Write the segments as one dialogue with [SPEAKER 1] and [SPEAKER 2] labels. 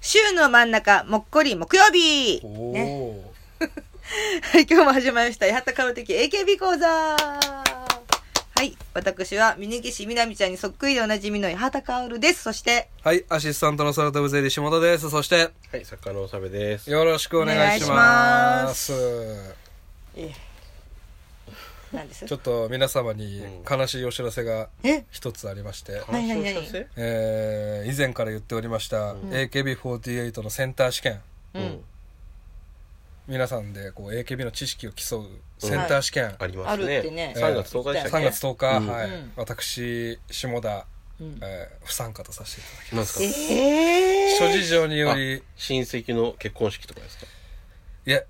[SPEAKER 1] 週の真ん中、もっこり木曜日
[SPEAKER 2] おお、
[SPEAKER 1] ねはい、今日も始まりました。八幡薫的 AKB 講座はい、私は、峯岸みなみちゃんにそっくりでおなじみの八幡薫です。そして、
[SPEAKER 2] はい、アシスタントの空飛ぶゼリー下田です。そして、
[SPEAKER 3] はい、作家のおさべです。
[SPEAKER 2] よろしくお願いします。
[SPEAKER 1] 何です
[SPEAKER 2] ちょっと皆様に悲しいお知らせが
[SPEAKER 1] え
[SPEAKER 2] 一つありまして、
[SPEAKER 1] 何何何
[SPEAKER 3] お知らせ
[SPEAKER 2] えー以前から言っておりました、AKB48 のセンター試験、
[SPEAKER 1] うん。
[SPEAKER 2] 皆さんでこう AKB の知識を競うセンター試験、
[SPEAKER 3] あります
[SPEAKER 1] あるってね
[SPEAKER 3] ね。3月10日でしたっ
[SPEAKER 2] 3
[SPEAKER 3] け
[SPEAKER 2] 月10日、はい、
[SPEAKER 1] うん
[SPEAKER 2] 私下田、
[SPEAKER 1] うん
[SPEAKER 2] えー不参加とさせていただき
[SPEAKER 3] なんですか
[SPEAKER 1] え
[SPEAKER 2] ます諸事情により
[SPEAKER 3] あ親戚の結婚式とかですか
[SPEAKER 2] いや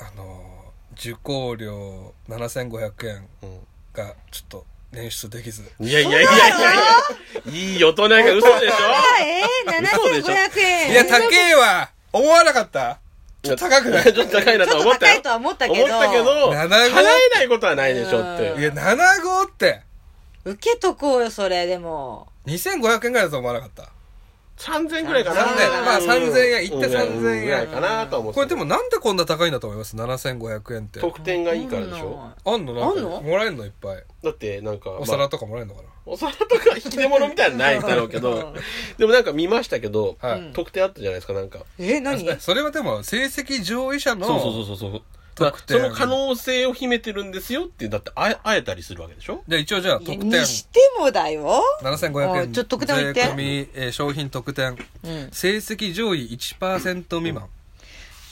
[SPEAKER 2] あのー受講料7500円
[SPEAKER 3] う
[SPEAKER 2] がちょっと捻出できず
[SPEAKER 3] ん。いやいやいやいやいやいい大人が嘘でし
[SPEAKER 1] ー、えー、7500円
[SPEAKER 2] いや高えわ思わなかった
[SPEAKER 3] ょ
[SPEAKER 2] ちょっと高くない
[SPEAKER 3] ちょっと高いな
[SPEAKER 1] ちょ
[SPEAKER 3] と
[SPEAKER 1] っと
[SPEAKER 3] は思った
[SPEAKER 1] 高い
[SPEAKER 3] よ
[SPEAKER 1] と。は思ったけど
[SPEAKER 3] 思ったけど、払え
[SPEAKER 2] 75
[SPEAKER 3] ないことはないでしょっ
[SPEAKER 1] うん
[SPEAKER 3] て。
[SPEAKER 2] いや75って
[SPEAKER 1] 受けとこうよそれでも
[SPEAKER 2] 2500円ぐらいだと思わなかった
[SPEAKER 3] 3000くらいかな。
[SPEAKER 2] 3000まあ3000円行って3000円
[SPEAKER 3] ぐらいかなとは思って。
[SPEAKER 2] これでも、なんでこんな高いんだと思います7500円って
[SPEAKER 3] 特典がいいからでしょ
[SPEAKER 2] あんのなんか
[SPEAKER 1] あんの
[SPEAKER 2] もらえるのいっぱい
[SPEAKER 3] だって、なんか、
[SPEAKER 2] お
[SPEAKER 3] ま
[SPEAKER 2] 皿
[SPEAKER 3] あ
[SPEAKER 2] とかもらえるのかな、
[SPEAKER 3] お皿とか引き出物みたいなのないだろうけど、でもなんか見ましたけど
[SPEAKER 2] はい、
[SPEAKER 3] 特典あったじゃないですか、なんか。
[SPEAKER 1] え何
[SPEAKER 2] それはでも成績上位者の
[SPEAKER 3] そうそうそうそうそう。だ
[SPEAKER 2] 特
[SPEAKER 3] か
[SPEAKER 2] 典
[SPEAKER 3] らその可能性を秘めてるんですよって、だってあえ、会えたりするわけでしょ
[SPEAKER 2] じゃあ一応じゃあ特
[SPEAKER 1] い
[SPEAKER 2] 典
[SPEAKER 1] やにしてもだよ
[SPEAKER 2] 7500
[SPEAKER 1] お
[SPEAKER 2] 円
[SPEAKER 1] いちょっと特典言って
[SPEAKER 2] 税込み、えー商品特典
[SPEAKER 1] うん
[SPEAKER 2] 成績上位1%未満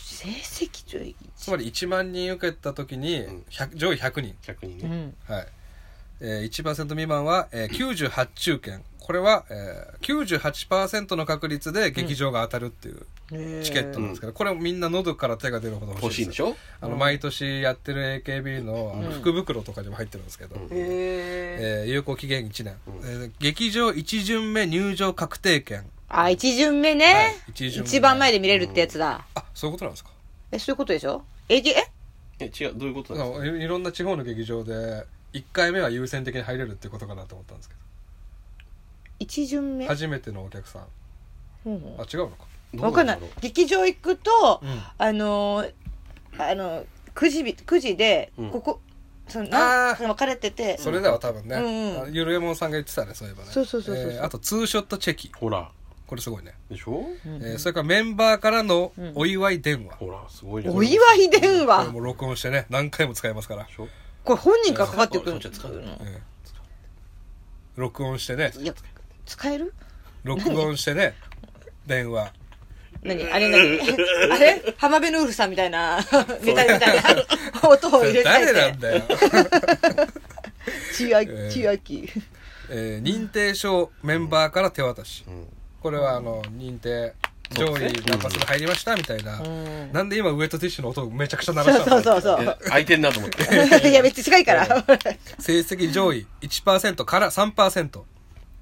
[SPEAKER 1] 成績上位
[SPEAKER 2] つまり1万人受けた時に
[SPEAKER 3] ん
[SPEAKER 2] 100上位100人
[SPEAKER 3] 逆に
[SPEAKER 1] う
[SPEAKER 3] ね。
[SPEAKER 1] ん
[SPEAKER 2] はい、えー、1%未満は、えー、98中堅これは、えー、98%の確率で劇場が当たるっていうチケットなんですけど、これをみんな喉から手が出るほど欲
[SPEAKER 3] 欲
[SPEAKER 2] し
[SPEAKER 3] し
[SPEAKER 2] い
[SPEAKER 3] い
[SPEAKER 2] で
[SPEAKER 3] ですし
[SPEAKER 2] よ
[SPEAKER 3] ょ
[SPEAKER 2] あの毎年やってる AKB のあの福袋とかにも入ってるんですけど、
[SPEAKER 1] へえ
[SPEAKER 2] えー有効期限1年、えー劇場1巡目入場確定券
[SPEAKER 1] あ一巡目ね
[SPEAKER 2] はい一巡目
[SPEAKER 1] 一番前で見れるってやつだ
[SPEAKER 2] あそういうことなんですか
[SPEAKER 1] えそういうことでしょえじえ
[SPEAKER 3] え、違う、どういうこと
[SPEAKER 2] あ
[SPEAKER 3] なんです
[SPEAKER 2] のいいろんな地方の劇場で1回目は優先的に入れるってことかなと思ったんですけ
[SPEAKER 1] 一巡目
[SPEAKER 2] ど初めてのお客さんあ
[SPEAKER 1] うんうん
[SPEAKER 2] 違うのか
[SPEAKER 3] か
[SPEAKER 1] わかんない
[SPEAKER 3] どうだろ
[SPEAKER 1] 劇場行くと
[SPEAKER 2] うん
[SPEAKER 1] あのーあの9時び9時で
[SPEAKER 3] うん
[SPEAKER 1] ここその
[SPEAKER 2] あ
[SPEAKER 1] な
[SPEAKER 2] ー
[SPEAKER 1] その分かれてて
[SPEAKER 2] それでは多分ね、
[SPEAKER 1] うんうん
[SPEAKER 2] あゆるえもんさんが言ってたねそういえばね
[SPEAKER 1] そうそうそうそう
[SPEAKER 2] えーあとツーショットチェキ
[SPEAKER 3] うほら、
[SPEAKER 2] これすごいね、
[SPEAKER 3] でしょ
[SPEAKER 1] うん
[SPEAKER 2] えーそれからメンバーからの
[SPEAKER 1] うん
[SPEAKER 2] お祝い電話、
[SPEAKER 3] ほら、すごいじゃん
[SPEAKER 1] お祝い電
[SPEAKER 2] これ
[SPEAKER 1] 話
[SPEAKER 2] も録音してね何回も使えますから
[SPEAKER 3] で、しょ
[SPEAKER 1] これ本人からかかってくる
[SPEAKER 3] あそうじゃあ使う
[SPEAKER 2] えー録音してね
[SPEAKER 1] いや使える
[SPEAKER 2] 録音してね電話
[SPEAKER 1] 何あれ 何あれ浜辺のウルフさんみたいなネタみたいな音を入れ替
[SPEAKER 2] 誰な
[SPEAKER 1] え
[SPEAKER 2] ん
[SPEAKER 1] て
[SPEAKER 2] だよ、
[SPEAKER 1] 千秋
[SPEAKER 2] えー
[SPEAKER 1] 千秋
[SPEAKER 2] えー認定証メンバーから手渡し、
[SPEAKER 3] ん
[SPEAKER 2] これはあの認定上位何発目入りましたみたいな、
[SPEAKER 1] ん
[SPEAKER 2] なんで今ウエットティッシュの音をめちゃくちゃ鳴ら
[SPEAKER 1] そ
[SPEAKER 2] し
[SPEAKER 1] う
[SPEAKER 2] た
[SPEAKER 1] そうそう
[SPEAKER 2] う
[SPEAKER 1] そ
[SPEAKER 3] え空いてんなと思って。
[SPEAKER 1] ういやめっちゃ近いから
[SPEAKER 2] 成績上位1%から 3%98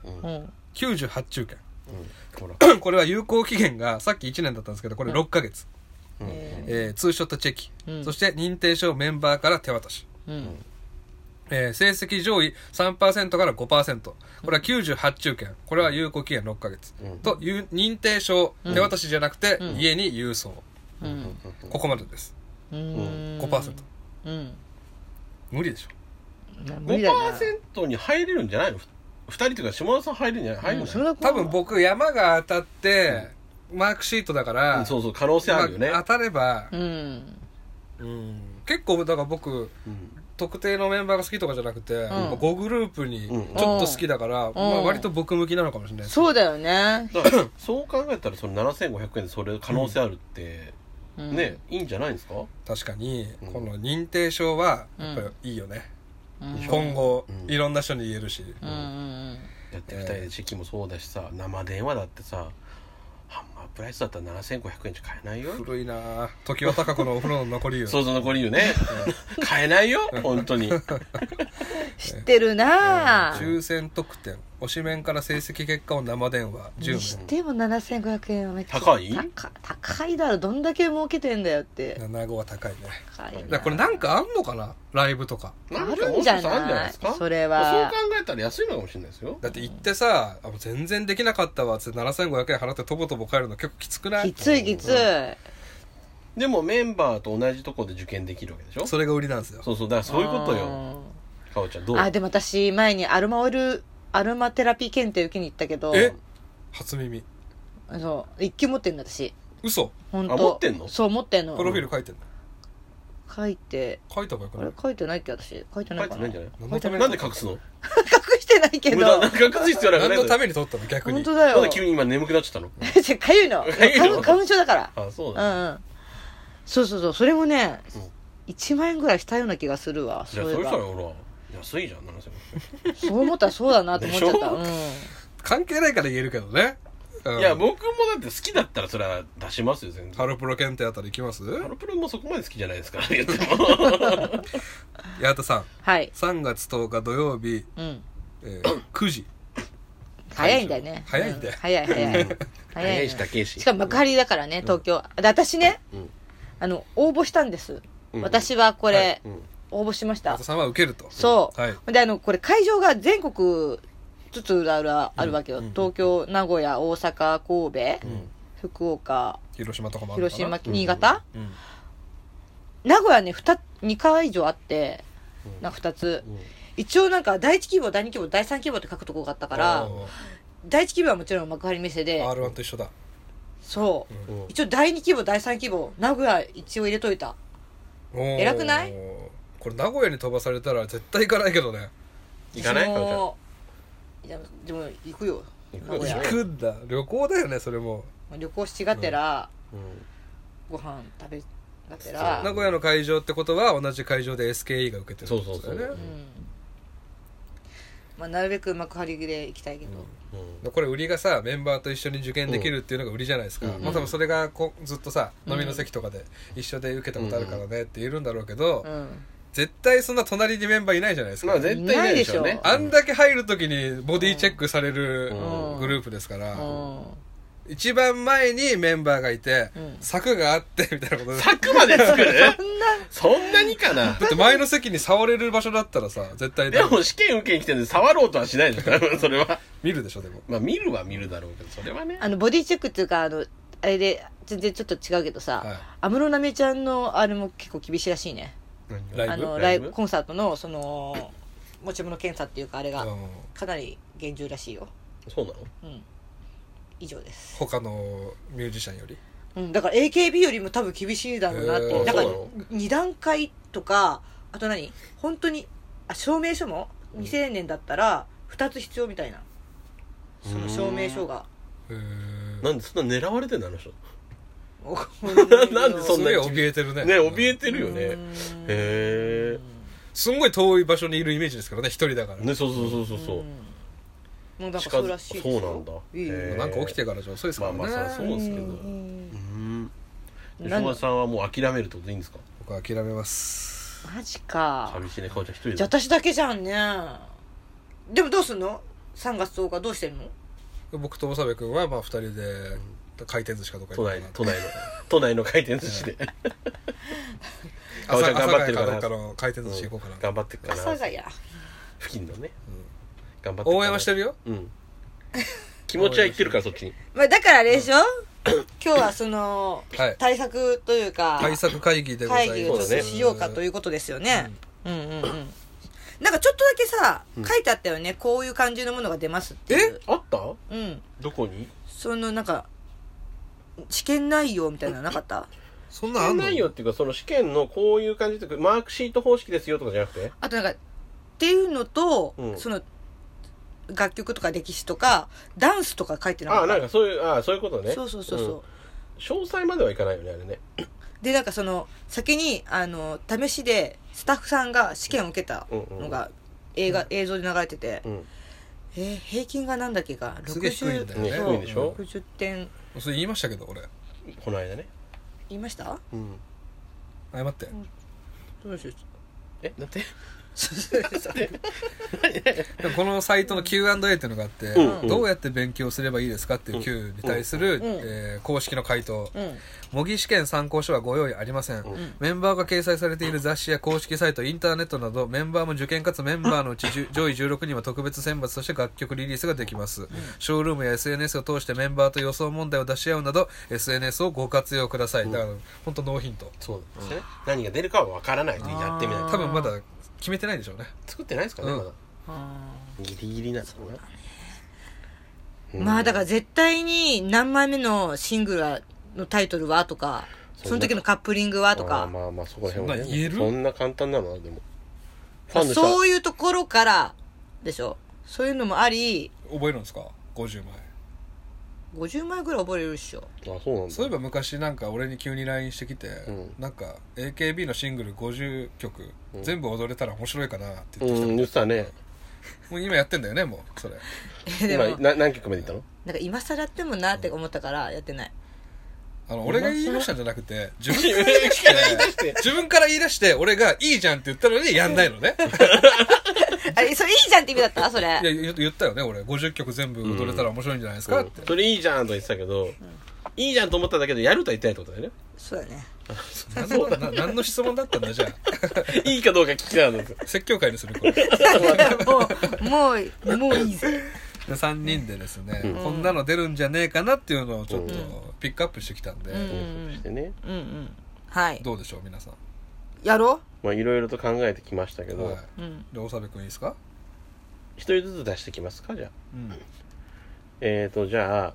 [SPEAKER 1] うん
[SPEAKER 2] 中堅
[SPEAKER 3] ほら。
[SPEAKER 2] これは有効期限がさっき1年だったんですけどこれ6ヶ月、
[SPEAKER 1] え
[SPEAKER 2] えーツーショットチェキ、
[SPEAKER 1] うん
[SPEAKER 2] そして認定証メンバーから手渡し、
[SPEAKER 1] ーうん
[SPEAKER 2] えー成績上位3%から5%これは98中堅これは有効期限6ヶ月、
[SPEAKER 3] うん
[SPEAKER 2] という認定証手渡しじゃなくて
[SPEAKER 1] ん
[SPEAKER 2] 家に郵送、
[SPEAKER 1] うん
[SPEAKER 2] ここまでです
[SPEAKER 1] うん
[SPEAKER 2] 5%
[SPEAKER 1] うん
[SPEAKER 2] 無理でしょ
[SPEAKER 1] 無理だな
[SPEAKER 3] 5%に入れるんじゃないのふ二人というか、下田さん入るんじゃない入るんじゃ
[SPEAKER 1] そ
[SPEAKER 3] ない
[SPEAKER 1] んな
[SPEAKER 2] 多分僕山が当たって、マークシートだから、
[SPEAKER 3] うんそうそう、可能性あるよね
[SPEAKER 2] ま。あ当たれば
[SPEAKER 1] う、ん
[SPEAKER 2] うん結構だから僕
[SPEAKER 3] うん
[SPEAKER 2] 特定のメンバーが好きとかじゃなくて、
[SPEAKER 1] ん
[SPEAKER 2] 5グループにちょ
[SPEAKER 3] うん
[SPEAKER 2] っと好きだから、まあ、割と僕向きなのかもしれないです
[SPEAKER 1] そうだよね
[SPEAKER 3] だから、そう考えたら、その7500円でそれ可能性あるって、
[SPEAKER 1] うん
[SPEAKER 3] ね、いいんじゃないんですか
[SPEAKER 2] 確かに、
[SPEAKER 3] うん
[SPEAKER 2] この認定証はやっぱりいいよね、
[SPEAKER 1] うん
[SPEAKER 2] 今後、
[SPEAKER 3] うん
[SPEAKER 2] いろんな人に言えるし、
[SPEAKER 1] うんうん
[SPEAKER 3] だって二人でチェキもそうだしさ、生電話だってさ、ハンマープライスだったら7500円じゃ買えないよ。
[SPEAKER 2] 古いなあ常盤貴子のお風呂の残り湯
[SPEAKER 3] そうそう残りよね。 買えないよ、本当に。
[SPEAKER 1] 知ってるなあ
[SPEAKER 2] 抽選特典推し面から成績結果を生電話
[SPEAKER 1] に
[SPEAKER 2] 10
[SPEAKER 1] しても7500円はめっちゃ
[SPEAKER 3] 高い
[SPEAKER 1] 高高いだろどんだけ儲けてんだよって
[SPEAKER 2] 面75は高いね
[SPEAKER 1] 高い
[SPEAKER 2] だか
[SPEAKER 1] な
[SPEAKER 2] らこれなんかあんのかなライブとか
[SPEAKER 1] あるんじゃない
[SPEAKER 3] あるんじゃないですか
[SPEAKER 1] それは
[SPEAKER 3] そう考えたら安いのかもしれないですよ
[SPEAKER 2] だって行ってさあもう全然できなかったわっつって7500円払ってとぼとぼ帰るの結構きつくない
[SPEAKER 1] きついきつい
[SPEAKER 3] でもメンバーと同じとこで受験できるわけでしょそ
[SPEAKER 2] それが売りなんですよ
[SPEAKER 3] うそうだからそういうことよかおちゃんどう
[SPEAKER 1] あでも私前にアルマオイルアルマテラピー検定受けに行ったけど
[SPEAKER 2] え初耳
[SPEAKER 1] そう一級持ってんだ私
[SPEAKER 2] 嘘
[SPEAKER 1] 本当
[SPEAKER 3] あ持ってんの
[SPEAKER 1] そう持ってんの
[SPEAKER 2] プロフィール書いてんの
[SPEAKER 1] 書いて
[SPEAKER 2] 書いた方がよく
[SPEAKER 1] あ
[SPEAKER 2] な
[SPEAKER 1] れ
[SPEAKER 2] い
[SPEAKER 1] 書いてないっけ私書いてな
[SPEAKER 3] 書
[SPEAKER 1] い
[SPEAKER 3] い
[SPEAKER 1] か
[SPEAKER 3] て
[SPEAKER 1] な
[SPEAKER 3] ないん
[SPEAKER 1] 隠
[SPEAKER 3] じゃな
[SPEAKER 2] 何のため
[SPEAKER 3] い
[SPEAKER 2] に
[SPEAKER 3] なんで隠すの
[SPEAKER 1] してないけ
[SPEAKER 3] 無
[SPEAKER 1] ど
[SPEAKER 3] 駄なんか隠す必要なんかな
[SPEAKER 2] 何
[SPEAKER 3] いだ
[SPEAKER 2] の
[SPEAKER 3] ろ
[SPEAKER 2] ために撮ったの逆
[SPEAKER 1] 本
[SPEAKER 2] に
[SPEAKER 1] 当だ
[SPEAKER 3] ま
[SPEAKER 1] よ
[SPEAKER 3] だ急に今眠くなっちゃったの
[SPEAKER 1] 違うかゆい の
[SPEAKER 3] かゆいの
[SPEAKER 1] 花粉花粉症だから
[SPEAKER 3] あそうだ、
[SPEAKER 1] うんうんそうそうそうそれもね
[SPEAKER 3] うん
[SPEAKER 1] 1万円ぐらいしたような気がするわ
[SPEAKER 3] じゃあ
[SPEAKER 1] そ
[SPEAKER 3] そう
[SPEAKER 1] い
[SPEAKER 3] うし
[SPEAKER 1] え
[SPEAKER 3] た
[SPEAKER 1] ば
[SPEAKER 3] らほら安いじゃん7500
[SPEAKER 1] そう思ったらそうだなと思っちゃったうん
[SPEAKER 3] で
[SPEAKER 2] 関係ないから言えるけどね、うん
[SPEAKER 3] 円いや僕もだって好きだったらそれは出しますよ全然
[SPEAKER 2] ハロプロ検定あたり行きます
[SPEAKER 3] ハロプロもそこまで好きじゃないですから 言っても
[SPEAKER 2] 八幡さん
[SPEAKER 1] はい
[SPEAKER 2] 3月10日土曜日、
[SPEAKER 1] うん
[SPEAKER 2] えー 9時
[SPEAKER 1] 早いんだよね
[SPEAKER 2] 早いんだよ
[SPEAKER 1] う早い早い早
[SPEAKER 3] 早
[SPEAKER 1] い
[SPEAKER 3] いし
[SPEAKER 1] ね
[SPEAKER 3] 高いし
[SPEAKER 1] しかも幕張だからね東京で私ね
[SPEAKER 3] うん
[SPEAKER 1] あの応募したんです
[SPEAKER 3] うん
[SPEAKER 1] 私はこ
[SPEAKER 2] は
[SPEAKER 1] れ
[SPEAKER 2] い
[SPEAKER 3] うん
[SPEAKER 1] 応募しまし
[SPEAKER 2] 八
[SPEAKER 1] た
[SPEAKER 2] 幡さんは受けると
[SPEAKER 1] そう、
[SPEAKER 2] はい
[SPEAKER 1] であのこれ会場が全国つつ裏裏あるわけよ、
[SPEAKER 3] うんうん
[SPEAKER 1] 東京名古屋大阪神戸、
[SPEAKER 3] うん
[SPEAKER 1] 福岡
[SPEAKER 2] 広島とかもあるの
[SPEAKER 1] 広島
[SPEAKER 2] かな
[SPEAKER 3] うん
[SPEAKER 1] 新潟、
[SPEAKER 2] うん
[SPEAKER 1] 名古屋ね 2, 2回以上あってなんか2つ
[SPEAKER 3] うん
[SPEAKER 1] 一応なんか第1希望第2希望第3希望って書くとこがあったから
[SPEAKER 2] おー
[SPEAKER 1] 第1希望はもちろん幕張メッセで
[SPEAKER 2] R1 と一緒だ
[SPEAKER 1] そう
[SPEAKER 3] うん
[SPEAKER 1] 一応第2希望第3希望名古屋一応入れといた偉
[SPEAKER 2] 偉
[SPEAKER 1] くない
[SPEAKER 2] これ名古屋に飛ばされたら絶対行かないけどね
[SPEAKER 3] 行かない
[SPEAKER 1] 私
[SPEAKER 3] かおちゃん
[SPEAKER 1] もいやでも行くよ
[SPEAKER 3] 行
[SPEAKER 1] 名古
[SPEAKER 3] く
[SPEAKER 1] 屋
[SPEAKER 2] 行くんだ旅行だよねそれも
[SPEAKER 1] 旅行しがてら、
[SPEAKER 3] うん
[SPEAKER 1] ご飯食べがて
[SPEAKER 3] あ
[SPEAKER 1] ら
[SPEAKER 2] 名古屋の会場ってことは同じ会場で SKE が受けてるってことだよね
[SPEAKER 3] そうそう
[SPEAKER 1] うんまあ、なるべく幕張で行きたいけど、
[SPEAKER 3] うん
[SPEAKER 2] でこれ売りがさメンバーと一緒に受験できるっていうのが売りじゃないですか、
[SPEAKER 3] うん
[SPEAKER 2] まあ多分それがこうずっとさ、
[SPEAKER 1] うん
[SPEAKER 2] 飲みの席とかで一緒で受けたことあるからねって言えるんだろうけど、
[SPEAKER 1] うん
[SPEAKER 2] 絶対そんな隣にメンバーいないじゃないです
[SPEAKER 3] ま
[SPEAKER 2] か、
[SPEAKER 3] あ絶対いないでしょうね
[SPEAKER 2] あんだけ入る時にボディチェックされる
[SPEAKER 1] うん
[SPEAKER 2] グループですから、
[SPEAKER 1] うん
[SPEAKER 2] 一番前にメンバーがいて、
[SPEAKER 1] うん
[SPEAKER 2] 柵があってみたいなことで
[SPEAKER 3] 柵まで 作る そんなにかな
[SPEAKER 2] だって前の席に触れる場所だったらさ絶対
[SPEAKER 3] で
[SPEAKER 2] ね
[SPEAKER 3] も試験受けに来てるんで触ろうとはしないでしょ それは
[SPEAKER 2] 見るでしょでも
[SPEAKER 3] まあ見るは見るだろうけどそれはね
[SPEAKER 1] あのボディチェックっていうかあのあれで全然ちょっと違うけど
[SPEAKER 2] はい
[SPEAKER 1] さ安室奈美恵ちゃんのあれも結構厳しいらしいね
[SPEAKER 2] ライブ
[SPEAKER 1] あのラ
[SPEAKER 3] ラ
[SPEAKER 1] イ
[SPEAKER 3] イ
[SPEAKER 1] ブ
[SPEAKER 3] ブ
[SPEAKER 1] コンサートのその持ち物検査っていうかあれ
[SPEAKER 2] う
[SPEAKER 1] が
[SPEAKER 2] ん
[SPEAKER 1] かなり厳重らしいよ、
[SPEAKER 3] そうなの
[SPEAKER 1] うん、以上です、
[SPEAKER 2] 他のミュージシャンより
[SPEAKER 1] うん、だから AKB よりも多分厳しいだろうなって、
[SPEAKER 2] へー
[SPEAKER 1] だから
[SPEAKER 3] そうなの
[SPEAKER 1] 2段階とかあと何本当にあ証明書も未成年だったら2つ必要みたいなその証明書が
[SPEAKER 2] へー
[SPEAKER 3] なんでそんな狙われてんのあの人ね
[SPEAKER 1] おー
[SPEAKER 3] なんでそ
[SPEAKER 2] す
[SPEAKER 3] ん
[SPEAKER 2] げえ怯えてるね
[SPEAKER 3] 怯えてるよ
[SPEAKER 1] う
[SPEAKER 3] ね
[SPEAKER 1] ん
[SPEAKER 3] へ
[SPEAKER 2] すんごい遠い場所にいるイメージですからね一人だから、
[SPEAKER 3] えねそうそうそうそうそ
[SPEAKER 1] ん
[SPEAKER 3] う
[SPEAKER 1] もうなんかそうらしいですよ
[SPEAKER 3] 近づそうなんだ
[SPEAKER 1] いいよ
[SPEAKER 3] へー
[SPEAKER 2] なんか起きてからじゃ遅いですからね、
[SPEAKER 3] まあまあそうですけど
[SPEAKER 1] うん
[SPEAKER 3] うん
[SPEAKER 1] なん
[SPEAKER 3] 昭和さんはもう諦めるってことでいいんですか
[SPEAKER 2] 僕は諦めます
[SPEAKER 1] マジか
[SPEAKER 3] 寂しいねかおちゃん一人で
[SPEAKER 1] じゃあ私だけじゃんねでもどうすんの3月10日どうしてんの
[SPEAKER 2] 僕と長部君はまあ二人で回転寿司かどうか
[SPEAKER 3] 都
[SPEAKER 2] 行こう
[SPEAKER 3] 内
[SPEAKER 2] かな
[SPEAKER 3] 都内の都内の回転寿司でかおちゃ
[SPEAKER 2] 朝
[SPEAKER 3] ん頑張ってるか
[SPEAKER 2] 朝
[SPEAKER 3] ら
[SPEAKER 2] どうかの回転寿司行こうかな、
[SPEAKER 3] 頑張ってっか
[SPEAKER 1] 阿
[SPEAKER 3] な
[SPEAKER 1] 佐ヶ谷
[SPEAKER 3] 付近のね
[SPEAKER 2] うん
[SPEAKER 3] 頑張ってっかな
[SPEAKER 2] 応援はしてるよ
[SPEAKER 3] うん気持ちは行ってるからそっちに
[SPEAKER 1] まあだからあれでしょ今日はその
[SPEAKER 2] はい
[SPEAKER 1] 対策というか
[SPEAKER 2] 対策会議でござい
[SPEAKER 1] 会
[SPEAKER 2] ます
[SPEAKER 1] 議をちょっとしようかといううことですよね。うんうんうん。なんかちょっとだけさ、書いてあったよね。こういう感じのものが出ますっていう。
[SPEAKER 3] あった
[SPEAKER 1] うん。
[SPEAKER 3] どこに
[SPEAKER 1] そのなんか、試験内容みたいなのなかった
[SPEAKER 2] そん
[SPEAKER 3] 試
[SPEAKER 2] なんあん
[SPEAKER 3] 験
[SPEAKER 2] の
[SPEAKER 3] 内容っていうかその試験のこういう感じでマークシート方式ですよとかじゃなくて
[SPEAKER 1] あとなんか、っていうのと、
[SPEAKER 3] うん
[SPEAKER 1] その、楽曲とか歴史とか、ダンスとか書いてな
[SPEAKER 3] あ
[SPEAKER 1] か
[SPEAKER 3] あ
[SPEAKER 1] った。
[SPEAKER 3] なんかそういうああそういうことね
[SPEAKER 1] そうそうそうそう。
[SPEAKER 3] うん詳細まではいかないよねあれね
[SPEAKER 1] でなんかその先にあの試しでスタッフさんが試験を受けたのが映画、映像で流れてて、
[SPEAKER 3] うん
[SPEAKER 1] えー平均がなんだっけか
[SPEAKER 2] すげえ低いんだよ
[SPEAKER 3] ね
[SPEAKER 2] ね
[SPEAKER 1] そう
[SPEAKER 3] 低いんでしょ
[SPEAKER 1] 60点
[SPEAKER 2] それ言いましたけど俺
[SPEAKER 3] この間ね
[SPEAKER 1] 言いました
[SPEAKER 3] うん
[SPEAKER 2] 謝って
[SPEAKER 1] どうしよう
[SPEAKER 3] えなんて
[SPEAKER 2] でもこのサイトの Q&A っていうのがあって、
[SPEAKER 3] うん
[SPEAKER 2] どうやって勉強すればいいですかっていう Q に対する、
[SPEAKER 1] ん
[SPEAKER 2] えー公式の回答、
[SPEAKER 1] うん
[SPEAKER 2] 模擬試験参考書はご用意ありません、メンバーが掲載されている雑誌や公式サイトインターネットなどメンバーも受験かつメンバーのうち10上位16人は特別選抜として楽曲リリースができます、ショールームや SNS を通してメンバーと予想問題を出し合うなど SNS をご活用くださいだから本当ノーヒント
[SPEAKER 3] そうなんですね、何が出るかは分からないとやってみない
[SPEAKER 2] 多
[SPEAKER 3] と
[SPEAKER 2] 分まだ決めてないでしょうね
[SPEAKER 3] 作ってないですかね、
[SPEAKER 2] うん
[SPEAKER 3] まだギリギリなんですよねうん
[SPEAKER 1] まあだから絶対に何枚目のシングルのタイトルはとか、
[SPEAKER 3] そんな
[SPEAKER 1] その時のカップリングはと
[SPEAKER 3] あー
[SPEAKER 1] か、
[SPEAKER 3] まあまあそこら辺は、ね、
[SPEAKER 2] そんなん言える
[SPEAKER 3] そんな簡単なのでもファンの人は
[SPEAKER 1] そういうところからでしょ。そういうのもあり、
[SPEAKER 2] 覚えるんですか50枚
[SPEAKER 1] 50枚ぐらい覚えれるっしょ。
[SPEAKER 3] あそうなんだ
[SPEAKER 2] そういえば昔なんか俺に急に LINE してきて、
[SPEAKER 3] うん
[SPEAKER 2] なんか AKB のシングル50曲、
[SPEAKER 3] うん
[SPEAKER 2] 全部踊れたら面白いかなって言ってきた、
[SPEAKER 3] うん言ってたね
[SPEAKER 2] もう今やってんだよねもうそれ
[SPEAKER 1] えで
[SPEAKER 3] 今
[SPEAKER 1] も、
[SPEAKER 3] な何曲までいったの
[SPEAKER 1] なんか今更やってもなって思ったからやってない。
[SPEAKER 2] あの俺が言い出したんじゃなくて自分から
[SPEAKER 3] 自分から言い
[SPEAKER 2] 言い
[SPEAKER 3] 出し
[SPEAKER 2] 出
[SPEAKER 3] て
[SPEAKER 2] して自分から言い出して俺がいいじゃんって言ったのにやんないのね
[SPEAKER 1] あれ、それいいじゃんって意味だったそれ
[SPEAKER 2] い。や言言ったよね俺50曲全部踊れたら面白いんじゃないですかって、
[SPEAKER 3] それいいじゃんと言ってたけど、いいじゃんと思ったんだけどやるとは言ってないってことだよ
[SPEAKER 1] そうだね。
[SPEAKER 2] なんのな何の質問だったんだじゃあ
[SPEAKER 3] ね いいかどうか聞きたかったんですよ
[SPEAKER 2] 説教会にするこれ
[SPEAKER 1] もう、もう、もういいぜ。
[SPEAKER 2] で3人でですね、こんなの出るんじゃねえかなっていうのをちょっとピックアップしてきたんで、
[SPEAKER 1] うん
[SPEAKER 3] そしてね
[SPEAKER 1] うんうん。はい。
[SPEAKER 2] どうでしょう皆さん、
[SPEAKER 1] やろ
[SPEAKER 3] まあいろいろと考えてきましたけど、
[SPEAKER 2] は
[SPEAKER 1] ううん。
[SPEAKER 2] い、で長部君いいですか、
[SPEAKER 3] 一人ずつ出してきますかじゃあ
[SPEAKER 2] うん、
[SPEAKER 3] えーとじゃあ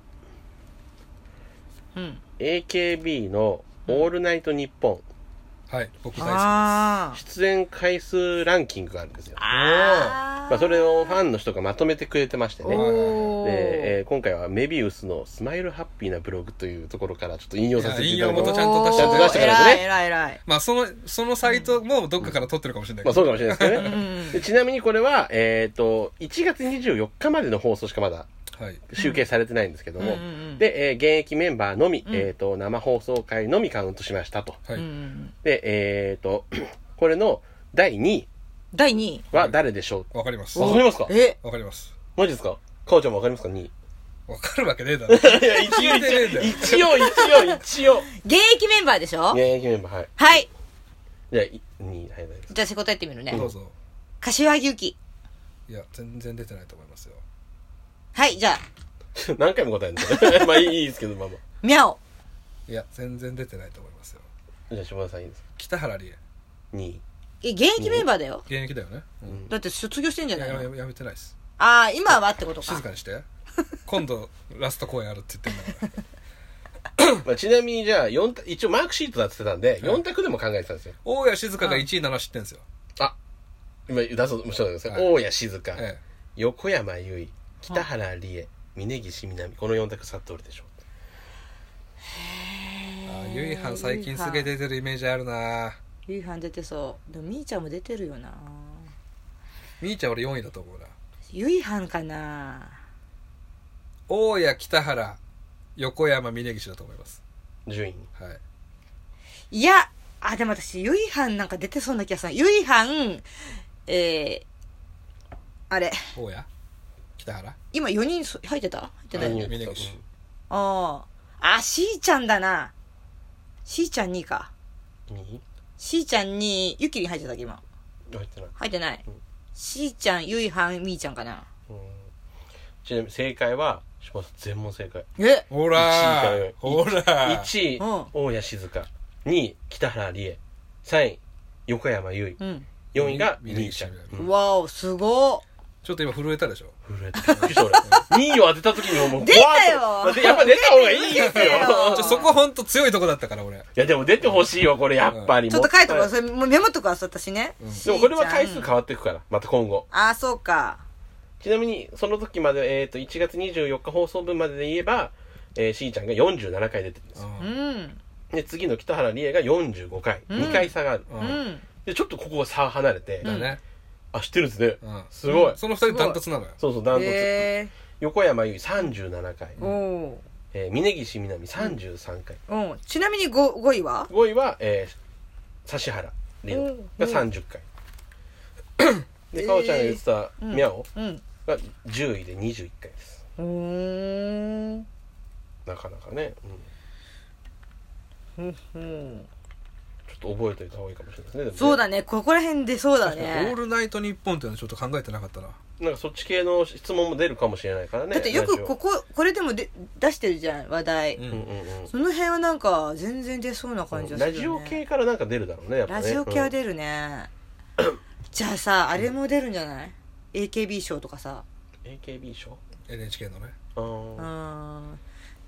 [SPEAKER 1] うん。
[SPEAKER 3] AKB の「オールナイトニッポン
[SPEAKER 2] はい僕大好
[SPEAKER 1] あ」ー
[SPEAKER 3] 出演回数ランキングがあるんですよ
[SPEAKER 1] あー。
[SPEAKER 3] まあ、それをファンの人がまとめてくれてましてね
[SPEAKER 2] おー
[SPEAKER 3] で、えー今回はメビウスのスマイルハッピーなブログというところからちょっと引用させていただ
[SPEAKER 2] いや引用
[SPEAKER 3] きま
[SPEAKER 2] 元
[SPEAKER 3] す
[SPEAKER 2] ちゃんと出して
[SPEAKER 3] ちゃんと出してからね
[SPEAKER 1] おー偉い偉い偉い。
[SPEAKER 2] きまあそのそのサイトもどっかから撮ってるかもしれない
[SPEAKER 3] ま
[SPEAKER 2] け
[SPEAKER 3] あそ
[SPEAKER 2] ど、
[SPEAKER 3] うかもしれないですけど
[SPEAKER 1] う
[SPEAKER 3] ね。
[SPEAKER 1] ん
[SPEAKER 3] でちなみにこれは、えっ、と、1月24日までの放送しかまだ
[SPEAKER 2] はい、
[SPEAKER 3] 集計されてないんですけども、
[SPEAKER 1] うんうんうん
[SPEAKER 3] で、えー現役メンバーのみ、えっ、と、生放送回のみカウントしましたと。
[SPEAKER 2] は
[SPEAKER 1] う
[SPEAKER 2] い
[SPEAKER 1] ん
[SPEAKER 3] で、えっ、と、 これの第2位
[SPEAKER 1] 第2位。
[SPEAKER 3] は誰でしょ
[SPEAKER 2] わかります
[SPEAKER 3] うわ
[SPEAKER 2] わ
[SPEAKER 3] かりますか
[SPEAKER 1] え
[SPEAKER 2] かります
[SPEAKER 3] マジですかかおちゃんもわかりますか ?2 位。
[SPEAKER 2] わかるわけねえだろ
[SPEAKER 3] いや、一
[SPEAKER 2] 応一応
[SPEAKER 3] 一応、一応、一応。
[SPEAKER 1] 現役メンバーでしょ
[SPEAKER 3] 現役メンバー、はい。
[SPEAKER 1] はい。
[SPEAKER 3] じゃあ、い2位、はい、はい。
[SPEAKER 1] じゃあ、私答えてみるね
[SPEAKER 2] ど。うぞ
[SPEAKER 1] 柏木由紀。
[SPEAKER 2] いや全然出てないと思いますよ
[SPEAKER 1] はい、じゃあ、
[SPEAKER 3] 何回も答えるんだ まあいいいいですけど、まあまあ。
[SPEAKER 1] みゃお。
[SPEAKER 2] いや全然出てないと思いますよ
[SPEAKER 3] じゃあ、島田さんいいですか
[SPEAKER 2] 北原理恵
[SPEAKER 3] ?2 位。
[SPEAKER 1] え、現役メンバーだよ。
[SPEAKER 2] 現役だよね、うんん、
[SPEAKER 1] だって卒業してんじゃ
[SPEAKER 2] いや
[SPEAKER 1] ない
[SPEAKER 2] や
[SPEAKER 1] の
[SPEAKER 2] めやめてないです
[SPEAKER 1] ああ、今はってこと
[SPEAKER 2] 静
[SPEAKER 1] か。
[SPEAKER 2] かにして今度ラスト公演あるって言ってんだから
[SPEAKER 3] まあ、ちなみにじゃあ四択、一応マークシートだって言ってたんで、4択でも考えてたんですよ。
[SPEAKER 2] 大谷静香が1位なのは知ってんですよ、
[SPEAKER 3] あ、今出そうとしたんですよ。
[SPEAKER 2] はい
[SPEAKER 3] 大谷静香、
[SPEAKER 2] え
[SPEAKER 3] 横山由依、北原理恵、峯岸みなみ。この4択さっとるでしょ
[SPEAKER 2] え、あーゆいはん最近すげえ出てるイメージあるな
[SPEAKER 1] ゆいはん出てそう。でも、みーちゃんも出てるよな。
[SPEAKER 2] みーちゃん俺4位だと思うな
[SPEAKER 1] ゆいはんかな。
[SPEAKER 2] 大谷北原横山峯岸だと思います
[SPEAKER 3] う。順位。
[SPEAKER 2] はい
[SPEAKER 1] いや、あ、でも私、ゆいはんなんか出てそうな気がするな。ゆいはん、えー、あれ、
[SPEAKER 2] 大谷北原
[SPEAKER 1] 今4人そ入ってた入ってない、
[SPEAKER 2] は
[SPEAKER 1] あ
[SPEAKER 2] い
[SPEAKER 3] 何言ってた
[SPEAKER 2] 峯岸
[SPEAKER 1] あー。あ、しーちゃんだな。しーちゃん2か。
[SPEAKER 3] 2位
[SPEAKER 1] しーちゃんに、ゆきりん入ってたっけ今。
[SPEAKER 3] 入ってない。
[SPEAKER 1] 入ってない
[SPEAKER 3] うん。
[SPEAKER 1] しーちゃん、ゆいはん、みーちゃんかな。
[SPEAKER 3] うんちなみに正解は、島田さん全問正解。
[SPEAKER 1] え
[SPEAKER 2] ほ
[SPEAKER 3] 1位からら
[SPEAKER 2] ほら
[SPEAKER 3] 1位、
[SPEAKER 1] うん
[SPEAKER 3] 大谷静香。2位、北原理恵。3位、横山由依。
[SPEAKER 1] うん。
[SPEAKER 3] 4位が
[SPEAKER 2] 峯
[SPEAKER 3] ミー
[SPEAKER 2] 岸
[SPEAKER 3] ちゃん。うん
[SPEAKER 1] わお、すご
[SPEAKER 2] ちょっと今震えたでしょ
[SPEAKER 3] 震えた。びっくりした 俺。2位を当てた時にもう怖い。
[SPEAKER 1] 出たよ
[SPEAKER 3] だってやっぱ出た方がいいですよ。
[SPEAKER 1] 出てよ
[SPEAKER 2] ちょそこほんと強いとこだったから俺
[SPEAKER 3] いやでも出てほしいよ、これやっぱり。
[SPEAKER 1] ちょっと書いとこ
[SPEAKER 3] も
[SPEAKER 1] う。
[SPEAKER 3] っ
[SPEAKER 1] それ、もうメモっとくわ、私ね。
[SPEAKER 3] でもこれは回数
[SPEAKER 1] しーち
[SPEAKER 3] 変わっていくから、また今後。
[SPEAKER 1] ゃんああ、そうか。
[SPEAKER 3] ちなみに、その時まで、えっ、と、1月24日放送分までで言えば、えー、しーちゃんが47回出てるんですよ。
[SPEAKER 1] う
[SPEAKER 2] うん
[SPEAKER 1] ん。
[SPEAKER 3] で、次の北原理恵が45回。
[SPEAKER 1] うん
[SPEAKER 3] 2回差がある。
[SPEAKER 2] う
[SPEAKER 1] うんん。
[SPEAKER 3] で、ちょっとここが差離れて、
[SPEAKER 2] だね
[SPEAKER 3] あ、知ってるんですね。
[SPEAKER 2] うん
[SPEAKER 3] すごい。
[SPEAKER 2] その二人ダントツなのよ
[SPEAKER 3] そうそう、ダントツ。
[SPEAKER 1] へ
[SPEAKER 3] 横山由依37回。
[SPEAKER 1] え。おう
[SPEAKER 3] えー、峯岸みなみ33回。
[SPEAKER 1] うん。ちなみに 5, 5位は
[SPEAKER 3] 5位は、えー、指原莉乃が30回。でかおちゃんが言ってた
[SPEAKER 1] うん
[SPEAKER 3] ミャオ
[SPEAKER 1] うん
[SPEAKER 3] が10位で21回です
[SPEAKER 1] うーん
[SPEAKER 3] なかなかね、うん、
[SPEAKER 1] ふんふん
[SPEAKER 3] ちょっと覚えておいた方がいいかもしれないですねでもね
[SPEAKER 1] そうだねここら辺でそうだ
[SPEAKER 2] オ
[SPEAKER 1] ね
[SPEAKER 2] ールナイトニッポンっていうのちょっと考えてなかったな
[SPEAKER 3] なんかそっち系の質問も出るかもしれないからね
[SPEAKER 1] だってよく
[SPEAKER 3] ラジオ
[SPEAKER 1] こここれでもで出してるじゃん話題、
[SPEAKER 2] う
[SPEAKER 3] うんんうんうん
[SPEAKER 1] その辺はなんか全然出そうな感じがする
[SPEAKER 3] ラ
[SPEAKER 1] よね
[SPEAKER 3] ジオ系からなんか出るだろうねやっぱ
[SPEAKER 1] ラ
[SPEAKER 3] ね
[SPEAKER 1] ジオ系は出るね、じゃあさあれも出るんじゃない AKB 賞とかさ
[SPEAKER 3] うん AKB 賞
[SPEAKER 2] NHK のね、
[SPEAKER 3] あ
[SPEAKER 1] う
[SPEAKER 3] ー
[SPEAKER 1] ん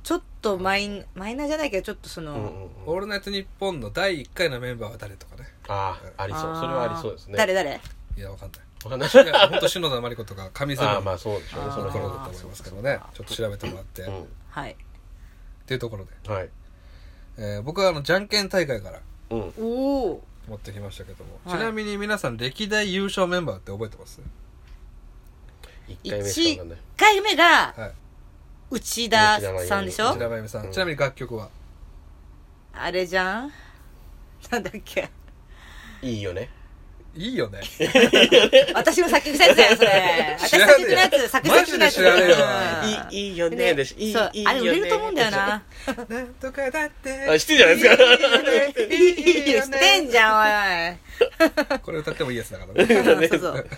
[SPEAKER 1] ちょっとマインマイナーじゃないけどちょっとその、
[SPEAKER 3] うんうんうん
[SPEAKER 2] オールナイトニッポンの第1回のメンバーは誰とかね
[SPEAKER 3] あーありそう
[SPEAKER 1] ー
[SPEAKER 3] それはありそうですね
[SPEAKER 1] 誰誰
[SPEAKER 2] いやわかんない
[SPEAKER 3] わかんない
[SPEAKER 2] いやほんと篠田真理子とか上
[SPEAKER 3] あ
[SPEAKER 2] 沢
[SPEAKER 3] あま
[SPEAKER 2] の
[SPEAKER 3] あそうでしょうね
[SPEAKER 1] あー
[SPEAKER 2] そ
[SPEAKER 3] そ
[SPEAKER 2] の
[SPEAKER 3] の
[SPEAKER 2] 頃
[SPEAKER 3] 頃
[SPEAKER 2] だと思いますけどねちょっと調べてもらって、っ
[SPEAKER 1] はい
[SPEAKER 2] ていうところで、
[SPEAKER 3] うんはい
[SPEAKER 2] えー僕はあのじゃんけん大会から
[SPEAKER 3] うん
[SPEAKER 1] おお
[SPEAKER 2] 持ってきましたけども、
[SPEAKER 1] はい
[SPEAKER 2] ちなみに皆さん歴代優勝メンバーって覚えてます
[SPEAKER 3] 1回目しかわかんない
[SPEAKER 1] 1回目が
[SPEAKER 2] はい
[SPEAKER 1] 内田さんでしょ
[SPEAKER 2] 内田真由美さん、
[SPEAKER 3] うん
[SPEAKER 2] ちなみに楽曲は
[SPEAKER 1] あれじゃんなんだっけ
[SPEAKER 3] いいよね
[SPEAKER 2] いいよね
[SPEAKER 1] 私の作曲したやつだよそれ私
[SPEAKER 2] 知らね
[SPEAKER 1] 作
[SPEAKER 2] え
[SPEAKER 1] 曲のやつ作詞作曲のやつ
[SPEAKER 2] マジで知らねえわ
[SPEAKER 1] うん
[SPEAKER 3] いいいいよね
[SPEAKER 1] で
[SPEAKER 3] でしいい
[SPEAKER 1] そう
[SPEAKER 3] いいよね
[SPEAKER 1] あれ売れると思うんだよな
[SPEAKER 2] なんとかだっ
[SPEAKER 3] あ
[SPEAKER 2] て
[SPEAKER 3] 知ってるじゃないですか
[SPEAKER 1] いいよしてんじゃん
[SPEAKER 2] これ歌ってもいいやつだから
[SPEAKER 1] おい
[SPEAKER 2] ね
[SPEAKER 1] おいそうそう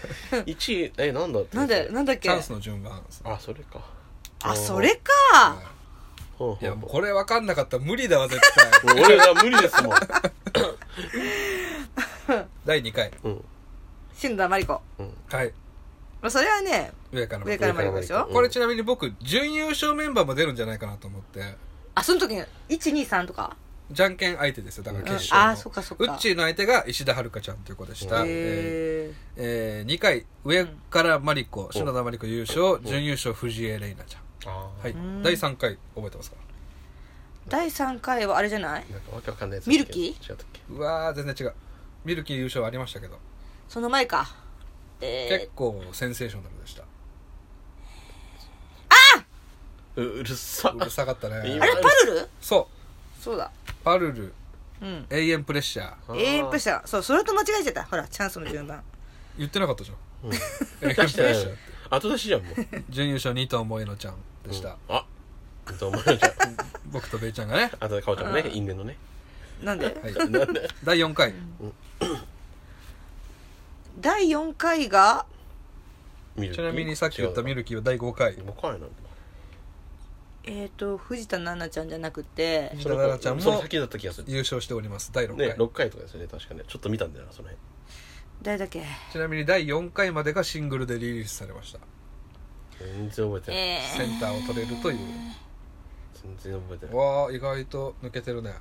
[SPEAKER 3] 1位えなんだって
[SPEAKER 1] なんだなんだっ
[SPEAKER 2] チ
[SPEAKER 1] け
[SPEAKER 2] ャンスの順番ですね
[SPEAKER 3] あそれか
[SPEAKER 1] あそれか
[SPEAKER 3] ほうほう
[SPEAKER 2] いやもうこれ分かんなかったら無理だわ絶対
[SPEAKER 3] 俺ら無理です もん
[SPEAKER 2] 第2回
[SPEAKER 3] うん
[SPEAKER 1] 篠田真理子
[SPEAKER 3] うん
[SPEAKER 2] はい
[SPEAKER 1] まあそれはね
[SPEAKER 2] 上からの
[SPEAKER 1] 上から真理子でしょ
[SPEAKER 2] これちなみに僕準優勝メンバーも出るんじゃないかなと思って
[SPEAKER 1] あその時に123とか
[SPEAKER 2] じゃんけん相手ですよだから決勝
[SPEAKER 1] うん
[SPEAKER 2] の、
[SPEAKER 1] あーそっかそっか
[SPEAKER 2] うっちーの相手が石田遥ちゃんという子でした、
[SPEAKER 3] うん
[SPEAKER 2] えー
[SPEAKER 1] へ
[SPEAKER 2] え2回上からマリコ篠田マリコ優勝準優勝藤江玲奈ちゃん
[SPEAKER 3] あー
[SPEAKER 2] はい
[SPEAKER 1] うん
[SPEAKER 2] 第3回覚えてますか
[SPEAKER 1] ー第3回はあれじゃない
[SPEAKER 3] なんかわけわかんないやつ
[SPEAKER 1] ミルキ
[SPEAKER 3] ー違ったっけ
[SPEAKER 2] うわー全然違うミルキー優勝はありましたけど
[SPEAKER 1] その前かえ
[SPEAKER 2] 結構センセーショナルでした
[SPEAKER 3] ううるさ
[SPEAKER 2] うるさかった
[SPEAKER 1] ー
[SPEAKER 2] ね
[SPEAKER 1] あれパルル
[SPEAKER 2] そ
[SPEAKER 1] そうだ
[SPEAKER 2] うパルル
[SPEAKER 1] うん
[SPEAKER 2] 永遠プレッシャー
[SPEAKER 3] あー
[SPEAKER 1] 永遠プレッシャーそうそれと間違えちゃったほらチャンスの順番
[SPEAKER 2] 言ってなかったじゃん
[SPEAKER 3] う ん
[SPEAKER 2] 永遠プレ
[SPEAKER 3] 出
[SPEAKER 2] ッ
[SPEAKER 3] してない
[SPEAKER 2] シ
[SPEAKER 3] の
[SPEAKER 2] ャー
[SPEAKER 3] 後出しじゃんもう
[SPEAKER 2] 準優勝二トン萌えのちゃんでした、
[SPEAKER 3] うんあどうもじゃあ
[SPEAKER 2] 僕とベイちゃんがね
[SPEAKER 3] あとでかおちゃんもね因縁のね
[SPEAKER 1] なんで
[SPEAKER 2] はい
[SPEAKER 3] なんで
[SPEAKER 2] 第4回
[SPEAKER 1] 第4回が
[SPEAKER 3] ミルキ
[SPEAKER 2] ちなみにさっき言ったミルキーは第5回
[SPEAKER 3] 分かんないな
[SPEAKER 1] えっと藤田奈々ちゃんじゃなくて
[SPEAKER 2] 藤田奈々ちゃん
[SPEAKER 3] それ
[SPEAKER 2] も
[SPEAKER 3] 先だった気がする
[SPEAKER 2] 優勝しております第6
[SPEAKER 3] ね
[SPEAKER 2] 回
[SPEAKER 3] 6回とかですよね確かねちょっと見たんだよなその辺
[SPEAKER 1] 誰だっけ
[SPEAKER 2] ちなみに第4回までがシングルでリリースされました
[SPEAKER 3] 全然覚えてない
[SPEAKER 1] え
[SPEAKER 2] センターを取れるという、
[SPEAKER 3] 全然覚えてない
[SPEAKER 2] わあ意外と抜けてるね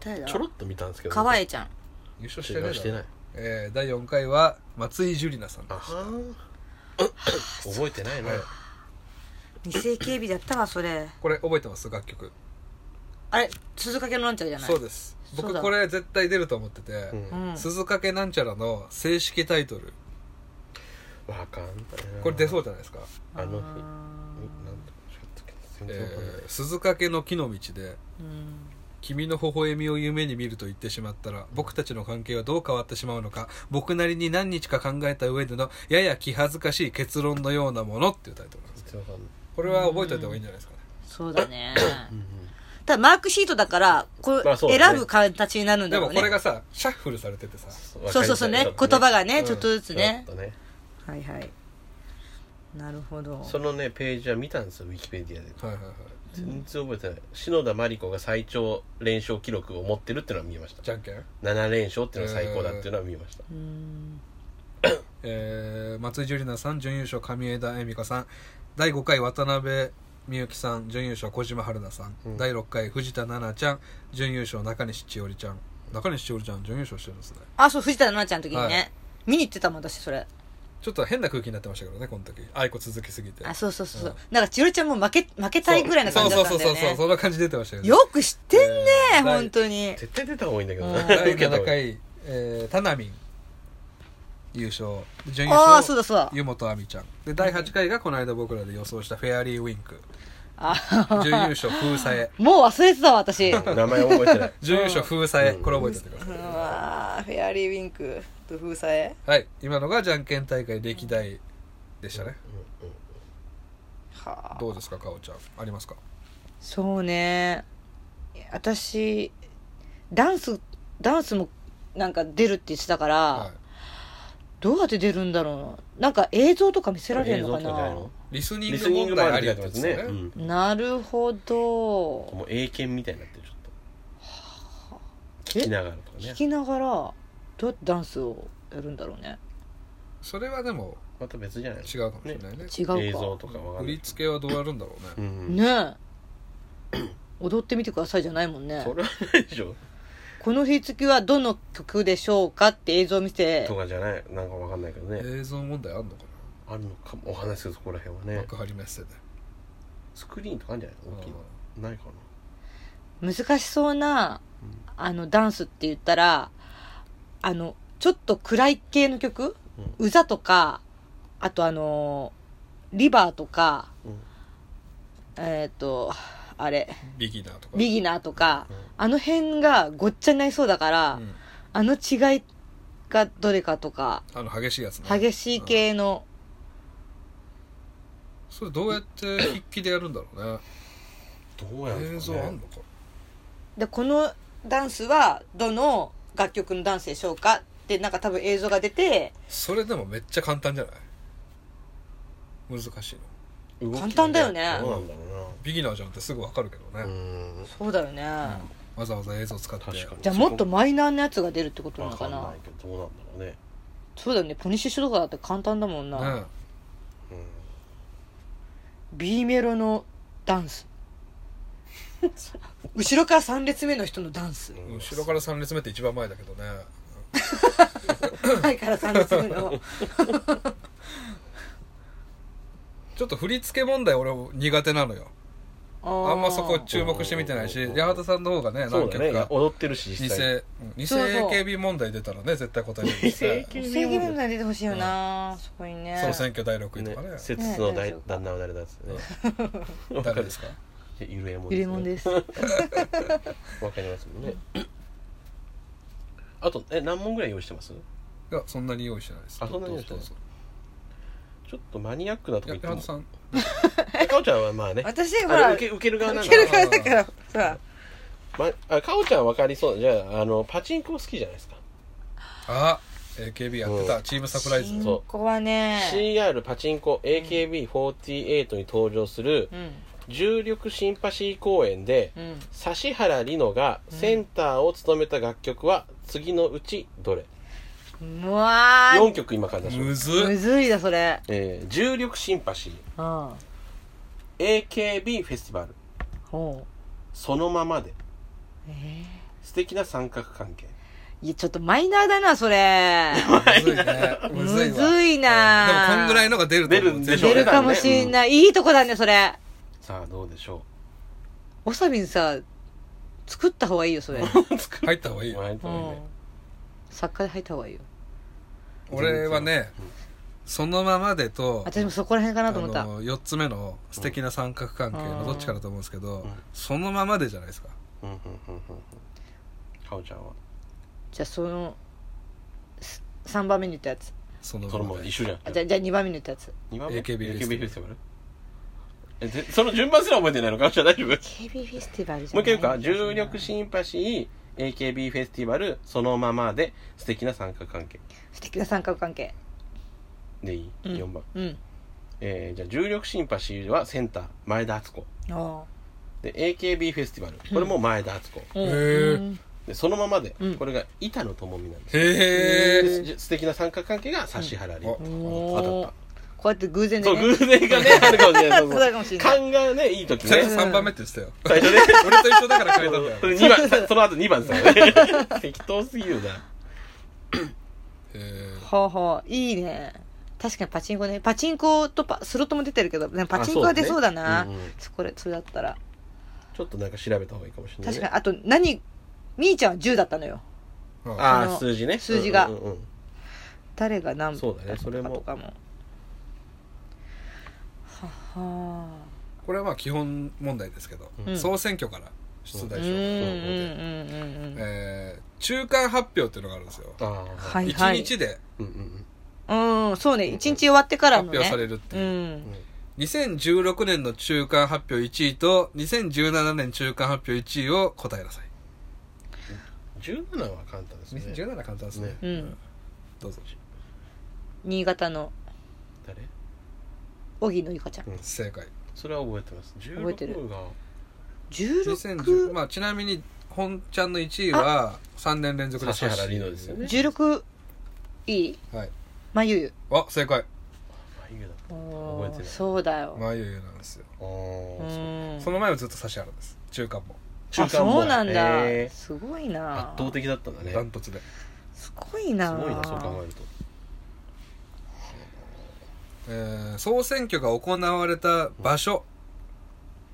[SPEAKER 1] 誰だ
[SPEAKER 3] ちょろっと見たんですけ
[SPEAKER 1] ー
[SPEAKER 3] ど
[SPEAKER 1] 川栄ちゃん
[SPEAKER 2] 優勝し
[SPEAKER 3] し
[SPEAKER 2] て
[SPEAKER 3] て
[SPEAKER 2] ねえだ
[SPEAKER 3] ない
[SPEAKER 2] ろ
[SPEAKER 3] してない
[SPEAKER 2] えー第4回は松井樹里奈さん
[SPEAKER 3] あ
[SPEAKER 2] で
[SPEAKER 3] は
[SPEAKER 2] し
[SPEAKER 3] ー 覚えてないな
[SPEAKER 2] はい
[SPEAKER 1] 二世警備だったわそれ
[SPEAKER 2] これ覚えてます楽曲
[SPEAKER 1] あれ鈴掛のなんちゃらじゃない
[SPEAKER 2] そうです
[SPEAKER 1] そう
[SPEAKER 2] 僕
[SPEAKER 1] だ
[SPEAKER 2] これ絶対出ると思ってて、
[SPEAKER 3] うん
[SPEAKER 1] うん
[SPEAKER 2] 鈴懸なんちゃらの正式タイトル
[SPEAKER 3] わかんないな
[SPEAKER 2] これ出そうじゃないですか、
[SPEAKER 3] あの日
[SPEAKER 1] ー
[SPEAKER 3] うんなんだちょっと全然わかんない
[SPEAKER 2] えー鈴懸の木の道で
[SPEAKER 1] うん
[SPEAKER 2] 君の微笑みを夢に見ると言ってしまったら僕たちの関係はどう変わってしまうのか僕なりに何日か考えた上でのやや気恥ずかしい結論のようなものっていうタイトルなんです
[SPEAKER 3] 全然わかんない
[SPEAKER 2] これは覚えておいた方がいいんじゃないですかね
[SPEAKER 1] そうだね ただマークシートだからこう
[SPEAKER 3] まあそうだね
[SPEAKER 1] 選ぶ形になるんだ
[SPEAKER 2] で
[SPEAKER 1] ろ
[SPEAKER 2] も
[SPEAKER 1] うね
[SPEAKER 2] これがさシャッフルされててさ
[SPEAKER 3] わかりづらい
[SPEAKER 1] そうそうそうね言葉がねちょっとずつね
[SPEAKER 3] ちょっとね
[SPEAKER 1] はいはいなるほど
[SPEAKER 3] そのねページは見たんですよウィキペディアで
[SPEAKER 2] はいはいはい
[SPEAKER 3] 全然覚えてない篠田麻里子が最長連勝記録を持ってるっていうのは見えました
[SPEAKER 2] じゃんけん、
[SPEAKER 3] 7連勝っていうのは最高だっていうのは見えました
[SPEAKER 1] うーん
[SPEAKER 2] えー、松井樹里奈さん準優勝上枝恵美香さん第5回渡辺美幸さん準優勝小島春菜さん、
[SPEAKER 3] うん
[SPEAKER 2] 第6回藤田奈々ちゃん準優勝中西千織ちゃん中西千織ちゃん準優勝してるんですね
[SPEAKER 1] あそう藤田奈々ちゃんの時に
[SPEAKER 2] は
[SPEAKER 1] ね見に行ってたもん私それ
[SPEAKER 2] ちょっと変な空気になってましたけどねこの時愛子続きすぎて
[SPEAKER 1] あそうそうそうそうなんか千代ちゃんも負け負けたいぐらいな感じだ
[SPEAKER 2] そう
[SPEAKER 1] ったんだ
[SPEAKER 2] そ
[SPEAKER 1] よ
[SPEAKER 2] うそうそうそう
[SPEAKER 1] ね
[SPEAKER 2] そんな感じ出てましたけど
[SPEAKER 1] よく知ってんね
[SPEAKER 2] えー
[SPEAKER 1] 本当に
[SPEAKER 3] 絶対出た方がいいんだけど
[SPEAKER 1] うん
[SPEAKER 3] な
[SPEAKER 2] 第
[SPEAKER 3] 受けた方
[SPEAKER 2] 7
[SPEAKER 3] がいい
[SPEAKER 2] 回、えー、タナミン優勝準優
[SPEAKER 1] ああそう
[SPEAKER 2] 勝
[SPEAKER 1] だそうだ
[SPEAKER 2] 湯本亜美ちゃんで第8回がこの間僕らで予想した「フェアリーウィンク」
[SPEAKER 1] あ
[SPEAKER 2] 準優勝封鎖へ
[SPEAKER 1] もう忘れてたわ私う
[SPEAKER 3] 名前覚えてない
[SPEAKER 2] 準優勝封鎖へこれ覚えておいてください
[SPEAKER 1] わーフェアリーウィンクと封鎖へ
[SPEAKER 2] はい今のがじゃんけん大会歴代でしたね
[SPEAKER 3] うんうん
[SPEAKER 1] はあ
[SPEAKER 2] どうですかかおちゃんありますか
[SPEAKER 1] そうね私ダンスダンスもなんか出るって言ってたから、
[SPEAKER 2] は
[SPEAKER 1] どうやって出るんだろうななんか映像とか見せられ
[SPEAKER 3] 映
[SPEAKER 1] るの
[SPEAKER 3] 像
[SPEAKER 1] か
[SPEAKER 3] とかじゃない
[SPEAKER 1] な
[SPEAKER 3] の
[SPEAKER 2] いリスニング
[SPEAKER 3] リスニン
[SPEAKER 2] 問
[SPEAKER 3] グま
[SPEAKER 2] 題
[SPEAKER 3] で
[SPEAKER 2] あ
[SPEAKER 3] っ
[SPEAKER 2] り
[SPEAKER 3] て
[SPEAKER 2] や
[SPEAKER 3] や
[SPEAKER 2] っ
[SPEAKER 3] っ
[SPEAKER 2] ま
[SPEAKER 3] ててますす
[SPEAKER 2] ね
[SPEAKER 3] ね、うん、
[SPEAKER 1] なるほど
[SPEAKER 3] もう英検みたいになってるちょっと聞き
[SPEAKER 1] え
[SPEAKER 3] ながらとかね
[SPEAKER 1] 聞きながらどうやってダンスをやるんだろうね
[SPEAKER 2] それはでも
[SPEAKER 3] また別じゃない
[SPEAKER 2] 違うかもしれないね
[SPEAKER 1] 違うか
[SPEAKER 3] 映像とかわか
[SPEAKER 2] 振
[SPEAKER 3] んな
[SPEAKER 2] り
[SPEAKER 3] い
[SPEAKER 2] 付けはどうやるんだろう
[SPEAKER 3] う
[SPEAKER 2] ね
[SPEAKER 3] ん
[SPEAKER 1] ね え踊ってみてくださいじゃないもんね
[SPEAKER 3] それはないでしょ
[SPEAKER 1] この日付はどの曲でしょうかって映像を見て
[SPEAKER 3] とかじゃないなんかわかんないけどね
[SPEAKER 2] 映像問題あんのか
[SPEAKER 3] あるのかもお話しするそこら辺は
[SPEAKER 2] な
[SPEAKER 3] ね
[SPEAKER 2] 幕張メッセで
[SPEAKER 3] スクリーンとかあるんじゃない大きいのないかな
[SPEAKER 1] 難しそうなあのダンスって言ったらあのちょっと暗い系の曲
[SPEAKER 3] うん
[SPEAKER 1] うざとかあとあのリバーとか
[SPEAKER 3] うん
[SPEAKER 1] えっ、とあれ
[SPEAKER 2] ビギナーとか
[SPEAKER 1] ビギナーとか
[SPEAKER 3] うん
[SPEAKER 1] あの辺がごっちゃになりそうだから、
[SPEAKER 2] うん
[SPEAKER 1] あの違いがどれかとか
[SPEAKER 2] あの激しいやつね
[SPEAKER 1] 激しい系の、
[SPEAKER 2] それどうやって筆記でやるんだろうね
[SPEAKER 3] どうやるん
[SPEAKER 2] 映
[SPEAKER 3] です
[SPEAKER 2] 像
[SPEAKER 3] か
[SPEAKER 2] あん
[SPEAKER 3] ね
[SPEAKER 2] のか
[SPEAKER 1] でこのダンスはどの楽曲のダンスでしょうかってなんか多分映像が出て
[SPEAKER 2] それでもめっちゃ簡単じゃない難しいの
[SPEAKER 3] 動きが
[SPEAKER 1] 簡単だよね
[SPEAKER 3] どうなんだろ
[SPEAKER 2] ビギナーじゃんってすぐわかるけど
[SPEAKER 3] うなう
[SPEAKER 2] ね、
[SPEAKER 3] ん
[SPEAKER 1] そうだよね、
[SPEAKER 2] わざわざ映像使って
[SPEAKER 3] 確かに
[SPEAKER 1] じゃあもっとマイナーなやつが出るってことなの
[SPEAKER 3] わ
[SPEAKER 1] か
[SPEAKER 3] かん
[SPEAKER 1] な
[SPEAKER 3] ないけどどうなんだろうね
[SPEAKER 1] そうだよねポニッシュシュとかだって簡単だもんな、
[SPEAKER 2] ね
[SPEAKER 3] う
[SPEAKER 1] B メロのダン ス後ろから3列目の人のダンス
[SPEAKER 3] ん
[SPEAKER 2] 後ろから3列目って一番前だけどね
[SPEAKER 1] 前から3列目の
[SPEAKER 2] ちょっと振り付け問題俺苦手なのよ
[SPEAKER 1] あ
[SPEAKER 2] あんまそこ注目して見てないし八幡さんの方がね
[SPEAKER 3] そ
[SPEAKER 2] 何
[SPEAKER 3] うだ
[SPEAKER 2] 曲
[SPEAKER 3] ねい
[SPEAKER 2] か
[SPEAKER 3] や踊ってるし
[SPEAKER 2] 偽
[SPEAKER 3] 実際
[SPEAKER 2] うん偽
[SPEAKER 1] そうそう
[SPEAKER 2] AKB 問題出たらね絶対答えれるし
[SPEAKER 3] 正
[SPEAKER 2] ね
[SPEAKER 3] 規
[SPEAKER 1] 正義分が出てほしいよな、そこにね
[SPEAKER 2] 総選挙第6位とかね
[SPEAKER 3] ね節
[SPEAKER 1] ね
[SPEAKER 3] の大
[SPEAKER 1] そうそう
[SPEAKER 3] 旦那は誰だっつって ね
[SPEAKER 2] 誰ですか
[SPEAKER 3] ゆるえもん
[SPEAKER 1] 入れもんですす
[SPEAKER 3] ねわかりますもんね あとえ何問ぐらい用意してます
[SPEAKER 2] いやそんなに用意してないです
[SPEAKER 3] あそんなに用意してない
[SPEAKER 2] どうぞ
[SPEAKER 3] ちょっとマニアックなと
[SPEAKER 2] ど
[SPEAKER 3] こ
[SPEAKER 2] う
[SPEAKER 3] 行っ
[SPEAKER 2] ぞ
[SPEAKER 3] て
[SPEAKER 2] いや八幡さん
[SPEAKER 3] もえかおちゃんはまあね
[SPEAKER 1] 私ほ
[SPEAKER 3] あ
[SPEAKER 1] ら
[SPEAKER 3] れ受け受ける側なん
[SPEAKER 1] 受け
[SPEAKER 3] だ
[SPEAKER 1] るからだからさ
[SPEAKER 3] まあかおちゃんわかりそうじゃああのパチンコ好きじゃないですか
[SPEAKER 2] あ AKB やって
[SPEAKER 3] う
[SPEAKER 2] た
[SPEAKER 3] ん
[SPEAKER 2] チームサプライズ
[SPEAKER 1] ここはね
[SPEAKER 3] CR パチンコ AKB48 に登場する
[SPEAKER 1] うん
[SPEAKER 3] 重力シンパシー公演で
[SPEAKER 1] うん
[SPEAKER 3] 指原莉乃がセンターを務めた楽曲は次のうちどれ
[SPEAKER 1] うわー
[SPEAKER 3] 4曲今から出しま
[SPEAKER 2] む
[SPEAKER 3] す、
[SPEAKER 2] ず
[SPEAKER 1] む
[SPEAKER 2] っ
[SPEAKER 1] ずいだそれ
[SPEAKER 3] えー重力シンパシ
[SPEAKER 1] うん
[SPEAKER 3] ー AKB フェスティバル
[SPEAKER 1] ほ
[SPEAKER 3] そのままで
[SPEAKER 1] うえ
[SPEAKER 3] 素敵な三角関係
[SPEAKER 1] ーいやちょっとマイナーだなそれ
[SPEAKER 2] むずいねむずいわ
[SPEAKER 1] むずいな
[SPEAKER 2] でもこんぐらいのが出ると思う
[SPEAKER 3] 出るんでしょ
[SPEAKER 1] 出
[SPEAKER 3] うね
[SPEAKER 1] るかもしんない、いいとこだねそれ
[SPEAKER 3] さあどうでしょ
[SPEAKER 1] おさびんさ作った方がいいよそれ、
[SPEAKER 3] う作
[SPEAKER 2] 入った方がいいよ
[SPEAKER 3] 前のとこにね
[SPEAKER 1] 作家で入った方がいいよ
[SPEAKER 2] 俺はね
[SPEAKER 3] うん
[SPEAKER 2] そのままでと
[SPEAKER 1] 私もそこら辺か
[SPEAKER 2] あ
[SPEAKER 1] なと思った
[SPEAKER 2] の4つ目の素敵な三角関係のどっちかだと思うんですけど
[SPEAKER 3] うん
[SPEAKER 2] そのままでじゃないですか
[SPEAKER 3] うんうんうんうんうんかおちゃんは
[SPEAKER 1] じゃあそのす3番目に言ったやつ
[SPEAKER 2] その
[SPEAKER 3] それ
[SPEAKER 2] ま
[SPEAKER 3] も
[SPEAKER 2] まで
[SPEAKER 3] 一緒じゃん
[SPEAKER 1] あじゃあじゃあ2番目に言ったやつ
[SPEAKER 3] 2番目
[SPEAKER 2] AKB フェスティバル
[SPEAKER 3] AKB フェスティバルえぜその順番すら覚えてないのかおちゃん大丈夫
[SPEAKER 1] KB フェスティバルじゃ
[SPEAKER 3] もう一回言
[SPEAKER 1] う
[SPEAKER 3] うか重力シンパシー AKB フェスティバルそのままで素敵な三角関係
[SPEAKER 1] 素敵な三角関係
[SPEAKER 3] でいい、
[SPEAKER 1] うん
[SPEAKER 3] 4番、
[SPEAKER 1] うん
[SPEAKER 3] えーじゃあ重力シンパシーはセンター前田敦子
[SPEAKER 1] あ
[SPEAKER 3] で AKB フェスティバルこれも前田敦子、
[SPEAKER 1] あうん
[SPEAKER 2] へー
[SPEAKER 1] うん
[SPEAKER 3] でそのままで、
[SPEAKER 1] うん
[SPEAKER 3] これが板野友美なんです
[SPEAKER 2] へえ
[SPEAKER 3] で素敵な三角関係が指原莉乃、
[SPEAKER 2] うん
[SPEAKER 1] お
[SPEAKER 3] 当たっ
[SPEAKER 1] ーこうやって偶然
[SPEAKER 3] た
[SPEAKER 1] で
[SPEAKER 3] そう
[SPEAKER 1] ね
[SPEAKER 3] 偶然がねあるかもしれないそうそう
[SPEAKER 1] そうかもしれない
[SPEAKER 3] 勘がねいい時
[SPEAKER 2] それ
[SPEAKER 3] ね
[SPEAKER 2] 3番目って言ってた よ
[SPEAKER 3] 最初ね
[SPEAKER 2] 俺と一緒だから変えたんだよ
[SPEAKER 3] それ二番 さその後2番ですからね適当すぎるな
[SPEAKER 2] へー
[SPEAKER 1] ほうほういいね確かにパチンコねパチンコとパスロットも出てるけどでもパチンコは出そうだな
[SPEAKER 3] あ
[SPEAKER 1] そ
[SPEAKER 3] そうだねうんうん
[SPEAKER 1] こでそれだったら
[SPEAKER 3] ちょっとなんか調べた方がいいかもしれない、
[SPEAKER 1] 確
[SPEAKER 3] ね、
[SPEAKER 1] かにあと何みーちゃんは10だったのよ
[SPEAKER 2] あ
[SPEAKER 3] あ
[SPEAKER 1] そ
[SPEAKER 3] あ
[SPEAKER 1] の
[SPEAKER 3] 数字ね
[SPEAKER 1] 数字が
[SPEAKER 3] うんうんうん
[SPEAKER 1] 誰が何
[SPEAKER 3] そうだね
[SPEAKER 1] った
[SPEAKER 3] それ
[SPEAKER 1] のか
[SPEAKER 3] も
[SPEAKER 1] とかもはは
[SPEAKER 2] これはまあ基本問題ですけど、
[SPEAKER 1] うん
[SPEAKER 2] 総選挙から出題しよう、
[SPEAKER 1] うんうんうんうんうん
[SPEAKER 2] えー中間発表っていうのがあるんですよ、
[SPEAKER 3] ああ
[SPEAKER 2] 一
[SPEAKER 1] は
[SPEAKER 3] は
[SPEAKER 1] いは
[SPEAKER 3] い
[SPEAKER 1] い
[SPEAKER 2] 日で
[SPEAKER 3] うんうん
[SPEAKER 1] うんそうね一日終わってから
[SPEAKER 2] 発
[SPEAKER 1] の
[SPEAKER 2] 表
[SPEAKER 1] ね
[SPEAKER 2] されるって
[SPEAKER 1] う
[SPEAKER 2] いう、
[SPEAKER 3] うん
[SPEAKER 1] ん
[SPEAKER 2] 2016年の中間発表1位と2017年中間発表1位を答えなさい
[SPEAKER 3] 17は簡単ですね
[SPEAKER 2] 2017簡単ですね
[SPEAKER 3] ね
[SPEAKER 1] うん
[SPEAKER 2] どうぞ
[SPEAKER 1] 新潟の
[SPEAKER 3] 誰
[SPEAKER 1] 荻野由香ちゃん
[SPEAKER 2] 正解
[SPEAKER 3] それは覚えてます
[SPEAKER 1] 覚えてる
[SPEAKER 3] 16が
[SPEAKER 2] 2010
[SPEAKER 1] 16
[SPEAKER 2] まあちなみに本ちゃんの1位は3年連続で
[SPEAKER 3] 指原莉乃ですよね
[SPEAKER 1] 16いい
[SPEAKER 2] はい
[SPEAKER 1] まゆゆ
[SPEAKER 2] あ正解
[SPEAKER 3] 眉毛だった
[SPEAKER 1] お
[SPEAKER 3] 覚えて
[SPEAKER 1] ー
[SPEAKER 3] る
[SPEAKER 1] そうだよ
[SPEAKER 2] まあゆゆなんですよ
[SPEAKER 3] あー
[SPEAKER 1] う
[SPEAKER 3] そうん
[SPEAKER 2] その前はずっと指原です中間も
[SPEAKER 1] あそうなんだ
[SPEAKER 3] へー
[SPEAKER 1] すごいな
[SPEAKER 3] 圧倒的だったんだね
[SPEAKER 2] ダントツです
[SPEAKER 1] ごい
[SPEAKER 3] す
[SPEAKER 1] な
[SPEAKER 3] ごいなそう考えると
[SPEAKER 2] えー総選挙が行われた場所、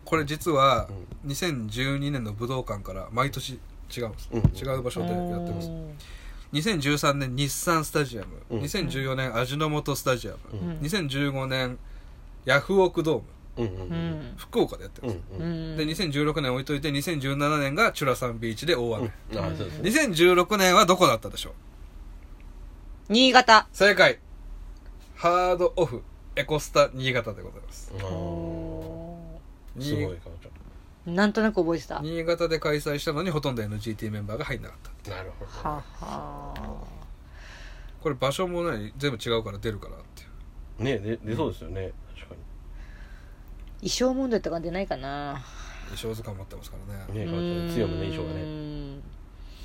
[SPEAKER 2] これ実は2012年の武道館から毎年違うんです、
[SPEAKER 3] うん
[SPEAKER 2] 違う場所でやってます
[SPEAKER 1] うん
[SPEAKER 2] 2013年日産スタジアム、
[SPEAKER 3] うん
[SPEAKER 2] 2014年味の素スタジアム、
[SPEAKER 3] うん
[SPEAKER 2] 2015年ヤフオクドーム
[SPEAKER 3] うんうん
[SPEAKER 1] う
[SPEAKER 3] うん
[SPEAKER 1] ん
[SPEAKER 2] 福岡でやってます、
[SPEAKER 3] うんうん
[SPEAKER 2] で2016年置いといて2017年がチュラサンビーチで大雨、
[SPEAKER 3] うんあーそうですね
[SPEAKER 2] 2016年はどこだったでしょう
[SPEAKER 1] 新潟
[SPEAKER 2] 正解ハードオフエコスタ新潟でございます
[SPEAKER 3] あーすごいかおち
[SPEAKER 1] なんとなく覚えてたは
[SPEAKER 2] 新潟で開催したのにほとんど NGT メンバーが入んなかった
[SPEAKER 3] ゃんなるほど
[SPEAKER 1] あは
[SPEAKER 2] これ場所もね全部違うから出るからっていう
[SPEAKER 3] ねで出そうですよね確か
[SPEAKER 1] 衣装問題とか出ないかな
[SPEAKER 2] 衣装図鑑持ってますからね
[SPEAKER 3] にね
[SPEAKER 1] う
[SPEAKER 3] かおちゃん
[SPEAKER 1] ん
[SPEAKER 3] 強めね衣装がね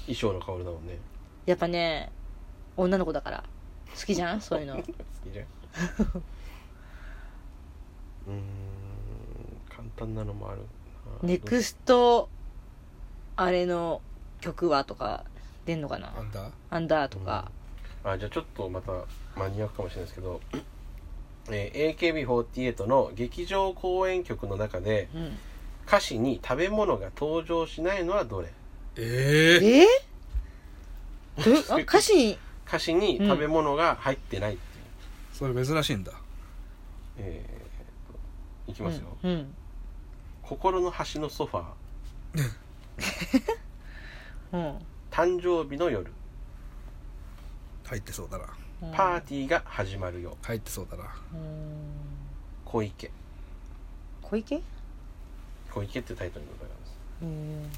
[SPEAKER 3] 衣装の香りだもんね
[SPEAKER 1] やっぱね女の子だから好きじゃんそういうの
[SPEAKER 3] いい ねうーん簡単なのもあるな
[SPEAKER 1] ネクストあれの曲はとか出んのかな
[SPEAKER 2] アンダー
[SPEAKER 1] アンダーとか
[SPEAKER 3] あじゃあちょっとまたマニアックかもしれないですけど、えー AKB48 の劇場公演曲の中で
[SPEAKER 1] うん
[SPEAKER 3] 歌詞に食べ物が登場しないのはどれ
[SPEAKER 2] ええ
[SPEAKER 1] えーどういうあ歌詞に
[SPEAKER 3] 歌詞に食べ物が入ってないっていう、
[SPEAKER 2] それ珍しいんだ
[SPEAKER 3] えー、いきますよ、
[SPEAKER 1] うんうん
[SPEAKER 3] 心の端のソファー
[SPEAKER 1] うん
[SPEAKER 3] 誕生日の夜
[SPEAKER 2] 入ってそうだな
[SPEAKER 1] うん
[SPEAKER 3] パーティーが始まるよ
[SPEAKER 2] 入ってそうだな
[SPEAKER 1] うん
[SPEAKER 3] 小池
[SPEAKER 1] 小池
[SPEAKER 3] 小池っていうタイトルでございます
[SPEAKER 1] うん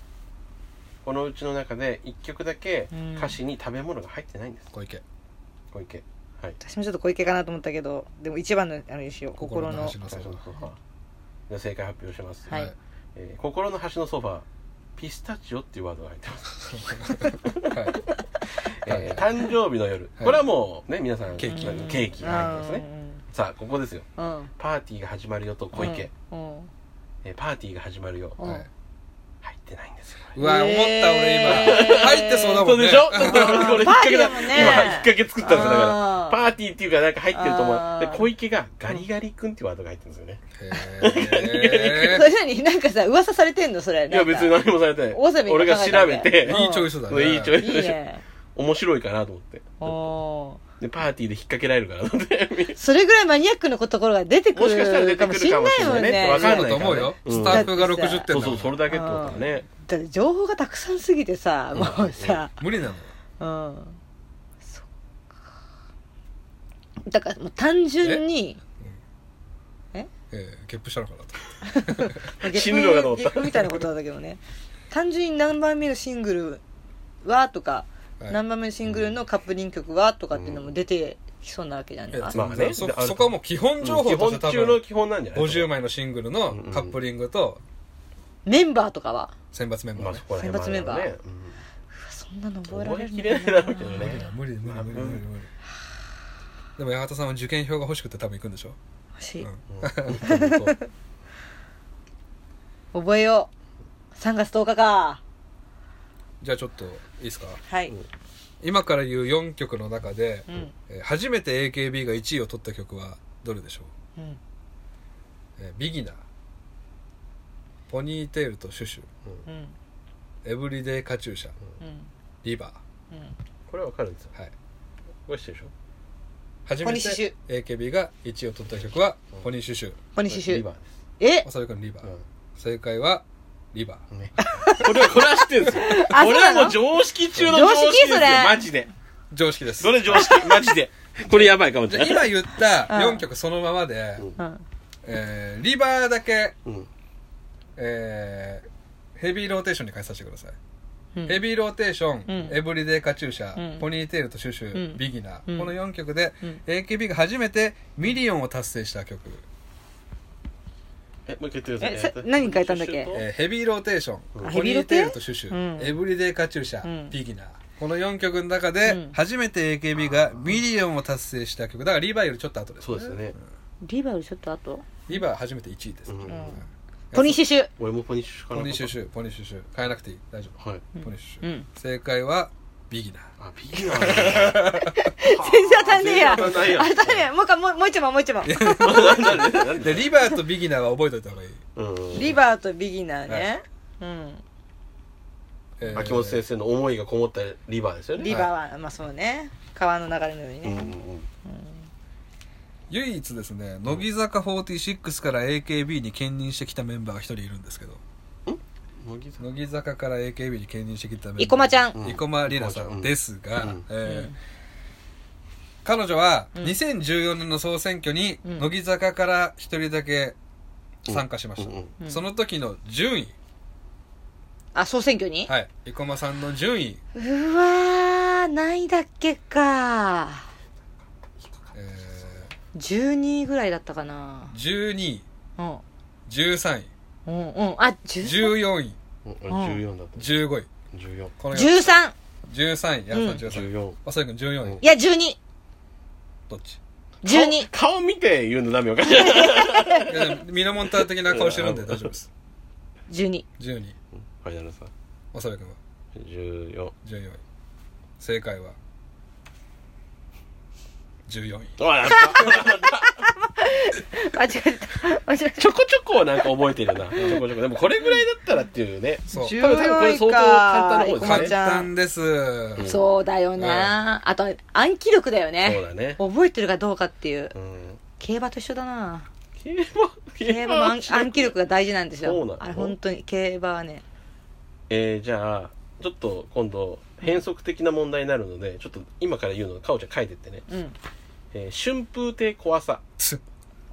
[SPEAKER 3] このうちの中で1曲だけ
[SPEAKER 1] うん
[SPEAKER 3] 歌詞に食べ物が入ってないんです
[SPEAKER 2] 小池
[SPEAKER 3] 小池はい
[SPEAKER 1] 私もちょっと小池かなと思ったけどでも一番のあれにしよう心の
[SPEAKER 2] 端の
[SPEAKER 3] 最
[SPEAKER 2] ソフ
[SPEAKER 3] 初の
[SPEAKER 2] ァ
[SPEAKER 3] ソファーじゃあ正解発表します、
[SPEAKER 1] はい
[SPEAKER 2] はい
[SPEAKER 3] えー心の端のソファーピスタチオっていうワードが入ってます、
[SPEAKER 2] はい
[SPEAKER 3] えー誕生日の夜、
[SPEAKER 2] はい
[SPEAKER 3] これはもうね皆さん
[SPEAKER 2] ケーキ
[SPEAKER 3] なんかケーキが入ってますねさあここですよ
[SPEAKER 1] うんうん
[SPEAKER 3] パーティーが始まるよと小池、
[SPEAKER 1] うんうん
[SPEAKER 3] えーパーティーが始まるよ
[SPEAKER 1] うん
[SPEAKER 2] はい
[SPEAKER 3] 入ってないんですよ
[SPEAKER 2] うわ思った
[SPEAKER 1] えー
[SPEAKER 2] 俺今入ってそうだもんね
[SPEAKER 3] ちょっとこれ引っ
[SPEAKER 1] パー
[SPEAKER 3] 掛
[SPEAKER 1] ティ
[SPEAKER 3] け
[SPEAKER 1] ーだ
[SPEAKER 3] だ
[SPEAKER 1] もんね
[SPEAKER 3] 今引っ掛け作ったんですよだから
[SPEAKER 1] あー
[SPEAKER 3] パーティーっていうかなんか入ってると思
[SPEAKER 1] あ
[SPEAKER 3] う
[SPEAKER 1] ー
[SPEAKER 3] で小池がガリガリ君っていうワードが入ってるんですよね
[SPEAKER 2] へ
[SPEAKER 1] それ 何 なんかさ噂されてんのそれ
[SPEAKER 3] いや別に何もされてない
[SPEAKER 1] わさび
[SPEAKER 3] 俺が調べて
[SPEAKER 1] うん
[SPEAKER 2] ーいいチョイスだね
[SPEAKER 3] いいチョイ
[SPEAKER 1] いいね
[SPEAKER 3] 面白いかなと思って
[SPEAKER 1] おー
[SPEAKER 3] でパーティーで引っ掛けられるからと思っ て
[SPEAKER 1] それぐらいマニアックなところが出てく
[SPEAKER 3] もしかしたら出
[SPEAKER 1] る
[SPEAKER 3] て
[SPEAKER 1] か
[SPEAKER 3] く
[SPEAKER 1] も
[SPEAKER 3] る
[SPEAKER 1] しん
[SPEAKER 3] か
[SPEAKER 1] な
[SPEAKER 3] もし
[SPEAKER 1] い
[SPEAKER 3] れ
[SPEAKER 1] も
[SPEAKER 3] ない
[SPEAKER 1] ん
[SPEAKER 3] ね
[SPEAKER 1] ね
[SPEAKER 2] わかんないと思うよ
[SPEAKER 3] うん
[SPEAKER 2] スタッフが60点だ
[SPEAKER 3] そ
[SPEAKER 2] も
[SPEAKER 3] うんそうそれだけってことだね
[SPEAKER 1] だって情報がたくさんすぎてさもうさ
[SPEAKER 2] 無理なのよ
[SPEAKER 1] うんそっかだからもう単純に
[SPEAKER 2] ええゲップしたのかなと
[SPEAKER 3] 死ぬのかと思った
[SPEAKER 1] 下僕みたいなことだけどね単純に何番目のシングルはとか、
[SPEAKER 2] はい
[SPEAKER 1] 何番目のシングルのカップリング曲はとかっていうのも出てきそうなわけじゃん、
[SPEAKER 2] ええ
[SPEAKER 1] あ
[SPEAKER 3] まあね
[SPEAKER 2] そ
[SPEAKER 3] である
[SPEAKER 2] そこはもう基本情報として
[SPEAKER 3] 基本
[SPEAKER 2] 多
[SPEAKER 3] 中の
[SPEAKER 2] 分
[SPEAKER 3] 基本なんじゃない
[SPEAKER 2] 50枚のシングルのカップリングと
[SPEAKER 1] メンバーとかは
[SPEAKER 2] 選抜メン
[SPEAKER 3] ま
[SPEAKER 2] バー
[SPEAKER 3] あ
[SPEAKER 2] ね
[SPEAKER 3] そこら
[SPEAKER 1] 選
[SPEAKER 3] 辺
[SPEAKER 1] 抜メンバー
[SPEAKER 3] まあね
[SPEAKER 1] うわそんなの覚えら
[SPEAKER 3] 覚
[SPEAKER 1] れ
[SPEAKER 3] え
[SPEAKER 1] る
[SPEAKER 3] き
[SPEAKER 1] の
[SPEAKER 3] れない
[SPEAKER 1] か
[SPEAKER 3] だろうけどね
[SPEAKER 2] 無理無理無理無理無理無理でも八幡さんは受験票が欲しくて多分行くんでしょ
[SPEAKER 1] 欲しい
[SPEAKER 2] うん
[SPEAKER 1] 覚えよう3月10日か
[SPEAKER 2] じゃあちょっといいですか
[SPEAKER 1] はい
[SPEAKER 2] 今から言う4曲の中で、
[SPEAKER 1] うん
[SPEAKER 2] えー初めて AKB が1位を取った曲はどれでしょう、
[SPEAKER 1] うん
[SPEAKER 2] えービギナーポニーテールとシュシュ
[SPEAKER 1] うん
[SPEAKER 2] エブリデイカチューシャ
[SPEAKER 1] うん
[SPEAKER 2] リバ
[SPEAKER 1] う
[SPEAKER 2] ー
[SPEAKER 1] ん
[SPEAKER 3] これわかるんですよ
[SPEAKER 2] はい
[SPEAKER 3] これ知ってるでしょ
[SPEAKER 2] 初
[SPEAKER 1] ポ
[SPEAKER 2] め
[SPEAKER 1] ニーシュシ
[SPEAKER 2] て AKB が1位を取った曲はポニーシュシュ
[SPEAKER 1] 小西
[SPEAKER 3] リ
[SPEAKER 1] シ
[SPEAKER 3] バーです
[SPEAKER 1] え
[SPEAKER 2] まさゆくんリバー、正解はリバー
[SPEAKER 3] うんね
[SPEAKER 4] これは、これは知ってるんですよ。
[SPEAKER 1] あ
[SPEAKER 4] これ
[SPEAKER 1] そうな
[SPEAKER 4] は
[SPEAKER 1] の
[SPEAKER 4] もう常識中の常識です
[SPEAKER 1] 常
[SPEAKER 4] よ
[SPEAKER 1] 識それ
[SPEAKER 4] マジで。
[SPEAKER 2] 常識です
[SPEAKER 4] それ常識、マジで。これやばいかもし
[SPEAKER 2] じ
[SPEAKER 4] れ
[SPEAKER 2] ゃあ
[SPEAKER 4] ない。
[SPEAKER 2] 今言った
[SPEAKER 1] うん
[SPEAKER 2] 4曲そのままで、
[SPEAKER 3] うん
[SPEAKER 1] うん
[SPEAKER 2] えー、リバーだけ、
[SPEAKER 3] うん
[SPEAKER 2] えー、ヘビーローテーションに変えさせてください、
[SPEAKER 1] うん
[SPEAKER 2] ヘビーローテーション、
[SPEAKER 1] うん
[SPEAKER 2] エブリデイカチューシャ、
[SPEAKER 1] うん
[SPEAKER 2] ポニーテールとシュシュ、
[SPEAKER 1] うん
[SPEAKER 2] ビギナー、
[SPEAKER 1] うん
[SPEAKER 2] この4曲で、
[SPEAKER 1] うん
[SPEAKER 2] AKB が初めてミリオンを達成した曲、
[SPEAKER 3] えもう一回言ってくだ
[SPEAKER 1] え
[SPEAKER 3] さ
[SPEAKER 1] さ
[SPEAKER 3] いと
[SPEAKER 1] 何書いたんだっけ
[SPEAKER 2] えーヘビーローテーション、
[SPEAKER 3] うん
[SPEAKER 2] ポニーテールとシュシ
[SPEAKER 1] うん
[SPEAKER 2] ュ、エブリデイカチューシャ、
[SPEAKER 1] うん
[SPEAKER 2] ビギナーこの4曲の中
[SPEAKER 1] う
[SPEAKER 2] で
[SPEAKER 1] ん
[SPEAKER 2] 初めて AKB がミリオンを達成した曲だからリバーよりちょっと後ですね
[SPEAKER 3] そうですよね
[SPEAKER 1] リバーよりちょっと後
[SPEAKER 2] リバー初めて1位です、
[SPEAKER 3] うん
[SPEAKER 1] ポニーシシュ
[SPEAKER 3] 俺もポニッシュしかな
[SPEAKER 2] ポ
[SPEAKER 3] かった
[SPEAKER 2] ニーシュシュポニーシュシュ変えなくていい大丈夫
[SPEAKER 3] はい
[SPEAKER 2] ポニッシュ、
[SPEAKER 1] うん
[SPEAKER 2] 正解はビギナー
[SPEAKER 3] あビギナーなんだ
[SPEAKER 1] 全然当たんねえや
[SPEAKER 3] 全然当たんないや
[SPEAKER 1] あ 当たんねえもう一回もうもう一問もう一問
[SPEAKER 3] なんでなん
[SPEAKER 2] で
[SPEAKER 3] で
[SPEAKER 2] リバーとビギナーは覚えといた方がいい、
[SPEAKER 3] うん
[SPEAKER 1] リバーとビギナーねうん
[SPEAKER 2] えー
[SPEAKER 3] 秋元先生の思いがこもったリバーですよね
[SPEAKER 1] リバーはまあそうね川の流れのように
[SPEAKER 3] うんうん
[SPEAKER 1] ね
[SPEAKER 2] 唯一ですね乃木坂46から AKB に兼任してきたメンバーが一人いるんですけど
[SPEAKER 3] うん乃木坂
[SPEAKER 2] 乃木坂から AKB に兼任してきたメンバー
[SPEAKER 1] 生駒ちゃん
[SPEAKER 2] 生駒里奈さ
[SPEAKER 3] うんん
[SPEAKER 2] ですが、
[SPEAKER 3] うん
[SPEAKER 2] え
[SPEAKER 1] う
[SPEAKER 2] ー
[SPEAKER 1] ん
[SPEAKER 2] 彼女は
[SPEAKER 1] うん
[SPEAKER 2] 2014年の総選挙に
[SPEAKER 1] うん
[SPEAKER 2] 乃木坂から一人だけ参加しました、
[SPEAKER 3] うん
[SPEAKER 1] うん
[SPEAKER 2] その時の順位、
[SPEAKER 1] あ総選挙に
[SPEAKER 2] はい、生駒さんの順位、
[SPEAKER 1] うわーないだっけか
[SPEAKER 2] え
[SPEAKER 1] 12位ぐらいだったかな
[SPEAKER 2] ー、12位
[SPEAKER 1] うん
[SPEAKER 2] 13位
[SPEAKER 1] うんうんあ十
[SPEAKER 2] 14位
[SPEAKER 3] うんあ14だった
[SPEAKER 2] 15位
[SPEAKER 3] 14
[SPEAKER 2] この
[SPEAKER 1] 十三
[SPEAKER 2] 13位矢
[SPEAKER 1] うん
[SPEAKER 2] 野さん13位
[SPEAKER 3] 14
[SPEAKER 2] あそ君14位
[SPEAKER 1] いや十二
[SPEAKER 2] どっち
[SPEAKER 1] 十二
[SPEAKER 3] 顔顔見て言うのダメよかしらはい
[SPEAKER 2] やでもミノモンター的な顔してるんで大丈夫です
[SPEAKER 1] 十二
[SPEAKER 2] 12位
[SPEAKER 3] いなるさん
[SPEAKER 2] あそ君は
[SPEAKER 3] 14
[SPEAKER 2] 14位正解は14位
[SPEAKER 3] あやった
[SPEAKER 1] 間違えた間違えた
[SPEAKER 3] ちょこちょこはなんか覚えてるな。ちょこちょこ。でもこれぐらいだったらっていうね。
[SPEAKER 2] そう
[SPEAKER 1] 14
[SPEAKER 3] 多分これ相当簡
[SPEAKER 1] 生
[SPEAKER 3] 単な方
[SPEAKER 1] 駒
[SPEAKER 3] です
[SPEAKER 2] 簡
[SPEAKER 3] ね。
[SPEAKER 1] ちゃん
[SPEAKER 2] 単です
[SPEAKER 3] ん
[SPEAKER 1] そうだよなあと暗記力だよ
[SPEAKER 3] そう
[SPEAKER 1] ね
[SPEAKER 3] だね。
[SPEAKER 1] 覚えてるかどうかっていう
[SPEAKER 3] うん。
[SPEAKER 1] 競馬と一緒だな
[SPEAKER 3] 競馬、
[SPEAKER 1] 競馬も暗暗記力が大事なんです
[SPEAKER 3] そう
[SPEAKER 1] よ
[SPEAKER 3] なの
[SPEAKER 1] あれ本当に競馬はね
[SPEAKER 3] えー、じゃあ、ちょっと今度、変則的な問題になるので、ちょっと今から言うので、かおちゃん書いてってね。
[SPEAKER 1] うん
[SPEAKER 3] えー、春風亭小朝、
[SPEAKER 2] つ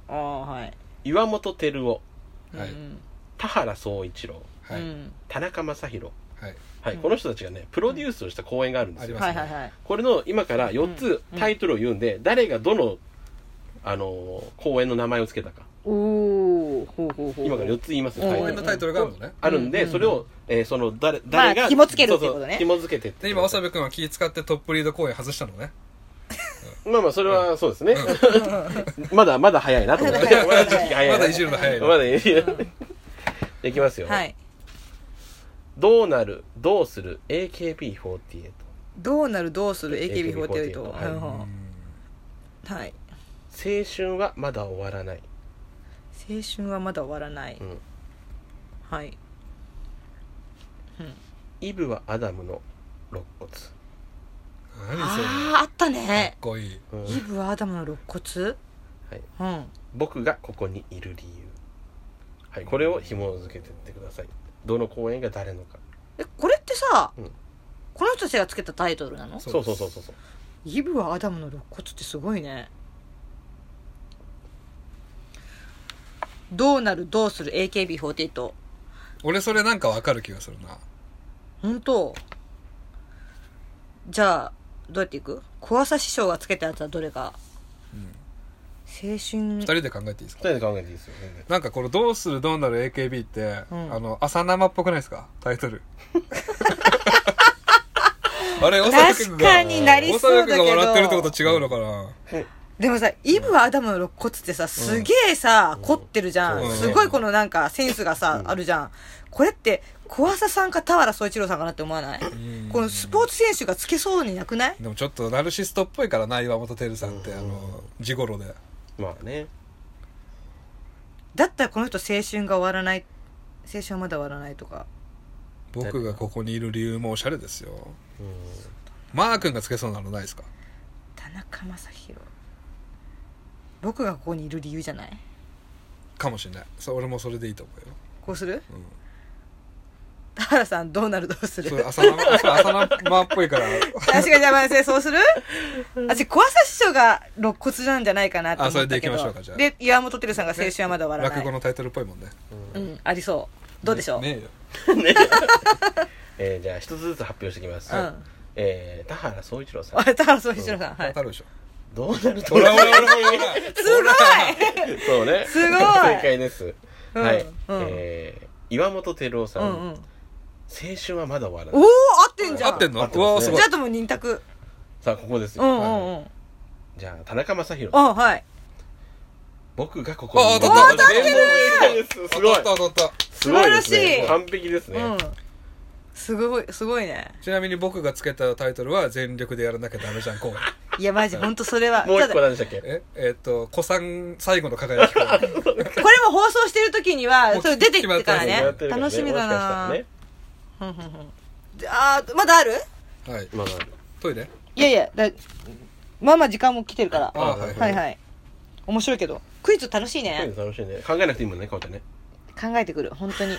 [SPEAKER 1] ああはい
[SPEAKER 3] 岩本照夫、
[SPEAKER 2] はい
[SPEAKER 1] うん
[SPEAKER 3] 田原総一郎、
[SPEAKER 2] はい、
[SPEAKER 1] うん
[SPEAKER 3] 田中将
[SPEAKER 2] は
[SPEAKER 3] 大。
[SPEAKER 2] い
[SPEAKER 3] はい、
[SPEAKER 1] うん
[SPEAKER 3] この人たちがね、プロデュースをした公演があるんですよ。
[SPEAKER 2] うんあり
[SPEAKER 1] は
[SPEAKER 2] ます
[SPEAKER 1] いはいはい
[SPEAKER 3] これの今から4つタイトルを言うんで、誰がどの、あのー公演の名前をつけたか。
[SPEAKER 1] おおほうほうほう
[SPEAKER 3] 今から4つ言いますよ、
[SPEAKER 1] うん
[SPEAKER 3] タイト
[SPEAKER 2] 公
[SPEAKER 3] ル
[SPEAKER 2] 演のタイトルがあるのね
[SPEAKER 3] あるんで、
[SPEAKER 1] うん
[SPEAKER 3] それを、えーその誰
[SPEAKER 1] まあ
[SPEAKER 3] 誰が、
[SPEAKER 1] 紐付けるっていうことね
[SPEAKER 3] そうそう紐付けてって
[SPEAKER 2] で今長部君は気使ってトップリード公演外したのね
[SPEAKER 3] まあまあそれはそうですね、 まだまだ早いなと思って
[SPEAKER 1] まだ早い
[SPEAKER 3] まだ時期が早いな
[SPEAKER 2] まだいじるの早いの
[SPEAKER 3] まだいじる いきますよ、
[SPEAKER 1] はい
[SPEAKER 3] どうなるどうする AKB48
[SPEAKER 1] どうなるどうする AKB48
[SPEAKER 3] AKB48
[SPEAKER 1] と
[SPEAKER 3] はい
[SPEAKER 1] はい
[SPEAKER 3] 青春はまだ終わらない、
[SPEAKER 1] 青春はまだ終わらない
[SPEAKER 3] うん、
[SPEAKER 1] はい
[SPEAKER 3] イブはアダムの肋
[SPEAKER 2] 何それ
[SPEAKER 1] あああった
[SPEAKER 2] かっ
[SPEAKER 1] ね
[SPEAKER 2] こいい
[SPEAKER 3] 骨、うん
[SPEAKER 1] イブはアダムの肋骨
[SPEAKER 3] はい
[SPEAKER 1] うん
[SPEAKER 3] 僕がここにいる理由はいこれを紐付けてってくださいどの公演が誰のか
[SPEAKER 1] えこれってさ
[SPEAKER 3] うん
[SPEAKER 1] この人たちがつけたタイトルなの
[SPEAKER 2] そう
[SPEAKER 3] そ
[SPEAKER 2] で
[SPEAKER 3] うそ
[SPEAKER 2] す
[SPEAKER 3] うそうそうそう
[SPEAKER 1] イブはアダムの肋骨ってすごいねどうなるどうする AKB48
[SPEAKER 2] 俺それなんかわかる気がするな
[SPEAKER 1] 本当じゃあどうやっていく小朝師匠がつけたやつはどれが、青春
[SPEAKER 2] 二人で考えていいです
[SPEAKER 3] 二
[SPEAKER 2] か
[SPEAKER 3] 人で考えていいですよ全然
[SPEAKER 2] なんかこの「どうするどうなる AKB」って、
[SPEAKER 1] うん
[SPEAKER 2] あの朝生っぽくないですかタイトルあれ
[SPEAKER 1] 確かになりそうだけど
[SPEAKER 2] 大沢君が笑ってるってこと違うのかな、
[SPEAKER 1] でもさイブはアダムの肋骨ってさすげえさ、凝ってるじゃん、
[SPEAKER 2] うん
[SPEAKER 1] すごいこのなんかセンスがさ、あるじゃんこれって小朝さんか田原総一郎さんかなって思わない、
[SPEAKER 2] ん
[SPEAKER 1] このスポーツ選手がつけそうになくない
[SPEAKER 2] でもちょっとナルシストっぽいからな岩本照さんって、あの地頃で
[SPEAKER 3] まあね
[SPEAKER 1] だったらこの人青春が終わらない青春はまだ終わらないとか
[SPEAKER 2] 僕がここにいる理由もおしゃれですよマー君がつけそうなのないですか
[SPEAKER 1] 田中将大僕がここにいる理由じゃない
[SPEAKER 2] かもしれないそう俺もそれでいいと思うよ
[SPEAKER 1] こうする、
[SPEAKER 2] うん
[SPEAKER 1] 田原さんどうなるどう する
[SPEAKER 2] それ浅間そう浅間っぽいから
[SPEAKER 1] 私が邪魔せそうする私小朝師匠が肋骨なんじゃないかなって思ったけど
[SPEAKER 2] あそれでいきましょうかじゃあ
[SPEAKER 1] で岩本照さんが「青春はまだ終わらな
[SPEAKER 2] 落
[SPEAKER 1] い」
[SPEAKER 2] 語のタイトルっぽいもんね
[SPEAKER 1] うんありそうどうでしょう、
[SPEAKER 2] ねねえよ
[SPEAKER 3] えーじゃあ一つずつ発表していきます、
[SPEAKER 1] うん
[SPEAKER 3] えー田原総一郎さん
[SPEAKER 1] あ田原総一郎さん、はい
[SPEAKER 2] わかるでしょ
[SPEAKER 3] どうなると
[SPEAKER 2] ほ
[SPEAKER 3] 思う
[SPEAKER 2] らほらほらほら
[SPEAKER 1] すごい
[SPEAKER 3] そうね
[SPEAKER 1] すごい
[SPEAKER 3] 正解です、
[SPEAKER 1] うん
[SPEAKER 3] はい、
[SPEAKER 1] うん
[SPEAKER 3] えー岩本照夫さん、
[SPEAKER 1] うんうん
[SPEAKER 3] 青春はまだ終わら
[SPEAKER 1] お
[SPEAKER 3] な
[SPEAKER 1] お
[SPEAKER 3] い
[SPEAKER 1] 合ってんじゃん
[SPEAKER 2] 合ってんの
[SPEAKER 3] 合って
[SPEAKER 2] うわ
[SPEAKER 3] ま
[SPEAKER 2] ー
[SPEAKER 3] す
[SPEAKER 2] す
[SPEAKER 3] ね
[SPEAKER 2] ご
[SPEAKER 1] じ
[SPEAKER 2] い
[SPEAKER 1] ゃあとも二択
[SPEAKER 3] さあここですよ、
[SPEAKER 1] うんうんうん
[SPEAKER 3] じゃあ田中将大
[SPEAKER 1] あはい
[SPEAKER 3] 僕がここ
[SPEAKER 2] あ
[SPEAKER 3] に
[SPEAKER 2] 当たった当たっ
[SPEAKER 4] 全問正解ですすごい
[SPEAKER 2] 当たった当たっ
[SPEAKER 3] すごいです
[SPEAKER 1] 素晴ら
[SPEAKER 3] ね
[SPEAKER 1] しい
[SPEAKER 3] 完璧ですね、
[SPEAKER 1] うんすごいすごいね
[SPEAKER 2] たちなみに僕がつけたタイトルは「全力でやらなきゃダメじゃん公演
[SPEAKER 1] いやマジ本当それは
[SPEAKER 3] もう一
[SPEAKER 1] ただ
[SPEAKER 3] 個何でしたっけ」
[SPEAKER 2] ええっと「子さん最後の輝 き公演」
[SPEAKER 1] これも放送してる時には
[SPEAKER 2] もう
[SPEAKER 1] それ出てきてからね
[SPEAKER 2] 決ま
[SPEAKER 3] やってるからね
[SPEAKER 1] 楽しみだ
[SPEAKER 3] もしかした
[SPEAKER 1] な
[SPEAKER 3] らね
[SPEAKER 1] うんうんうんあーまだある
[SPEAKER 2] はい
[SPEAKER 3] まあまあ
[SPEAKER 2] トイレ
[SPEAKER 1] いやいやだまあまあ時間も来てるから
[SPEAKER 2] あはい
[SPEAKER 1] はいはい面白いけどクイズ楽しい
[SPEAKER 3] こういう
[SPEAKER 1] ね
[SPEAKER 3] の楽しいね考えなくていいもんねこうやってね
[SPEAKER 1] 考えてくる本当に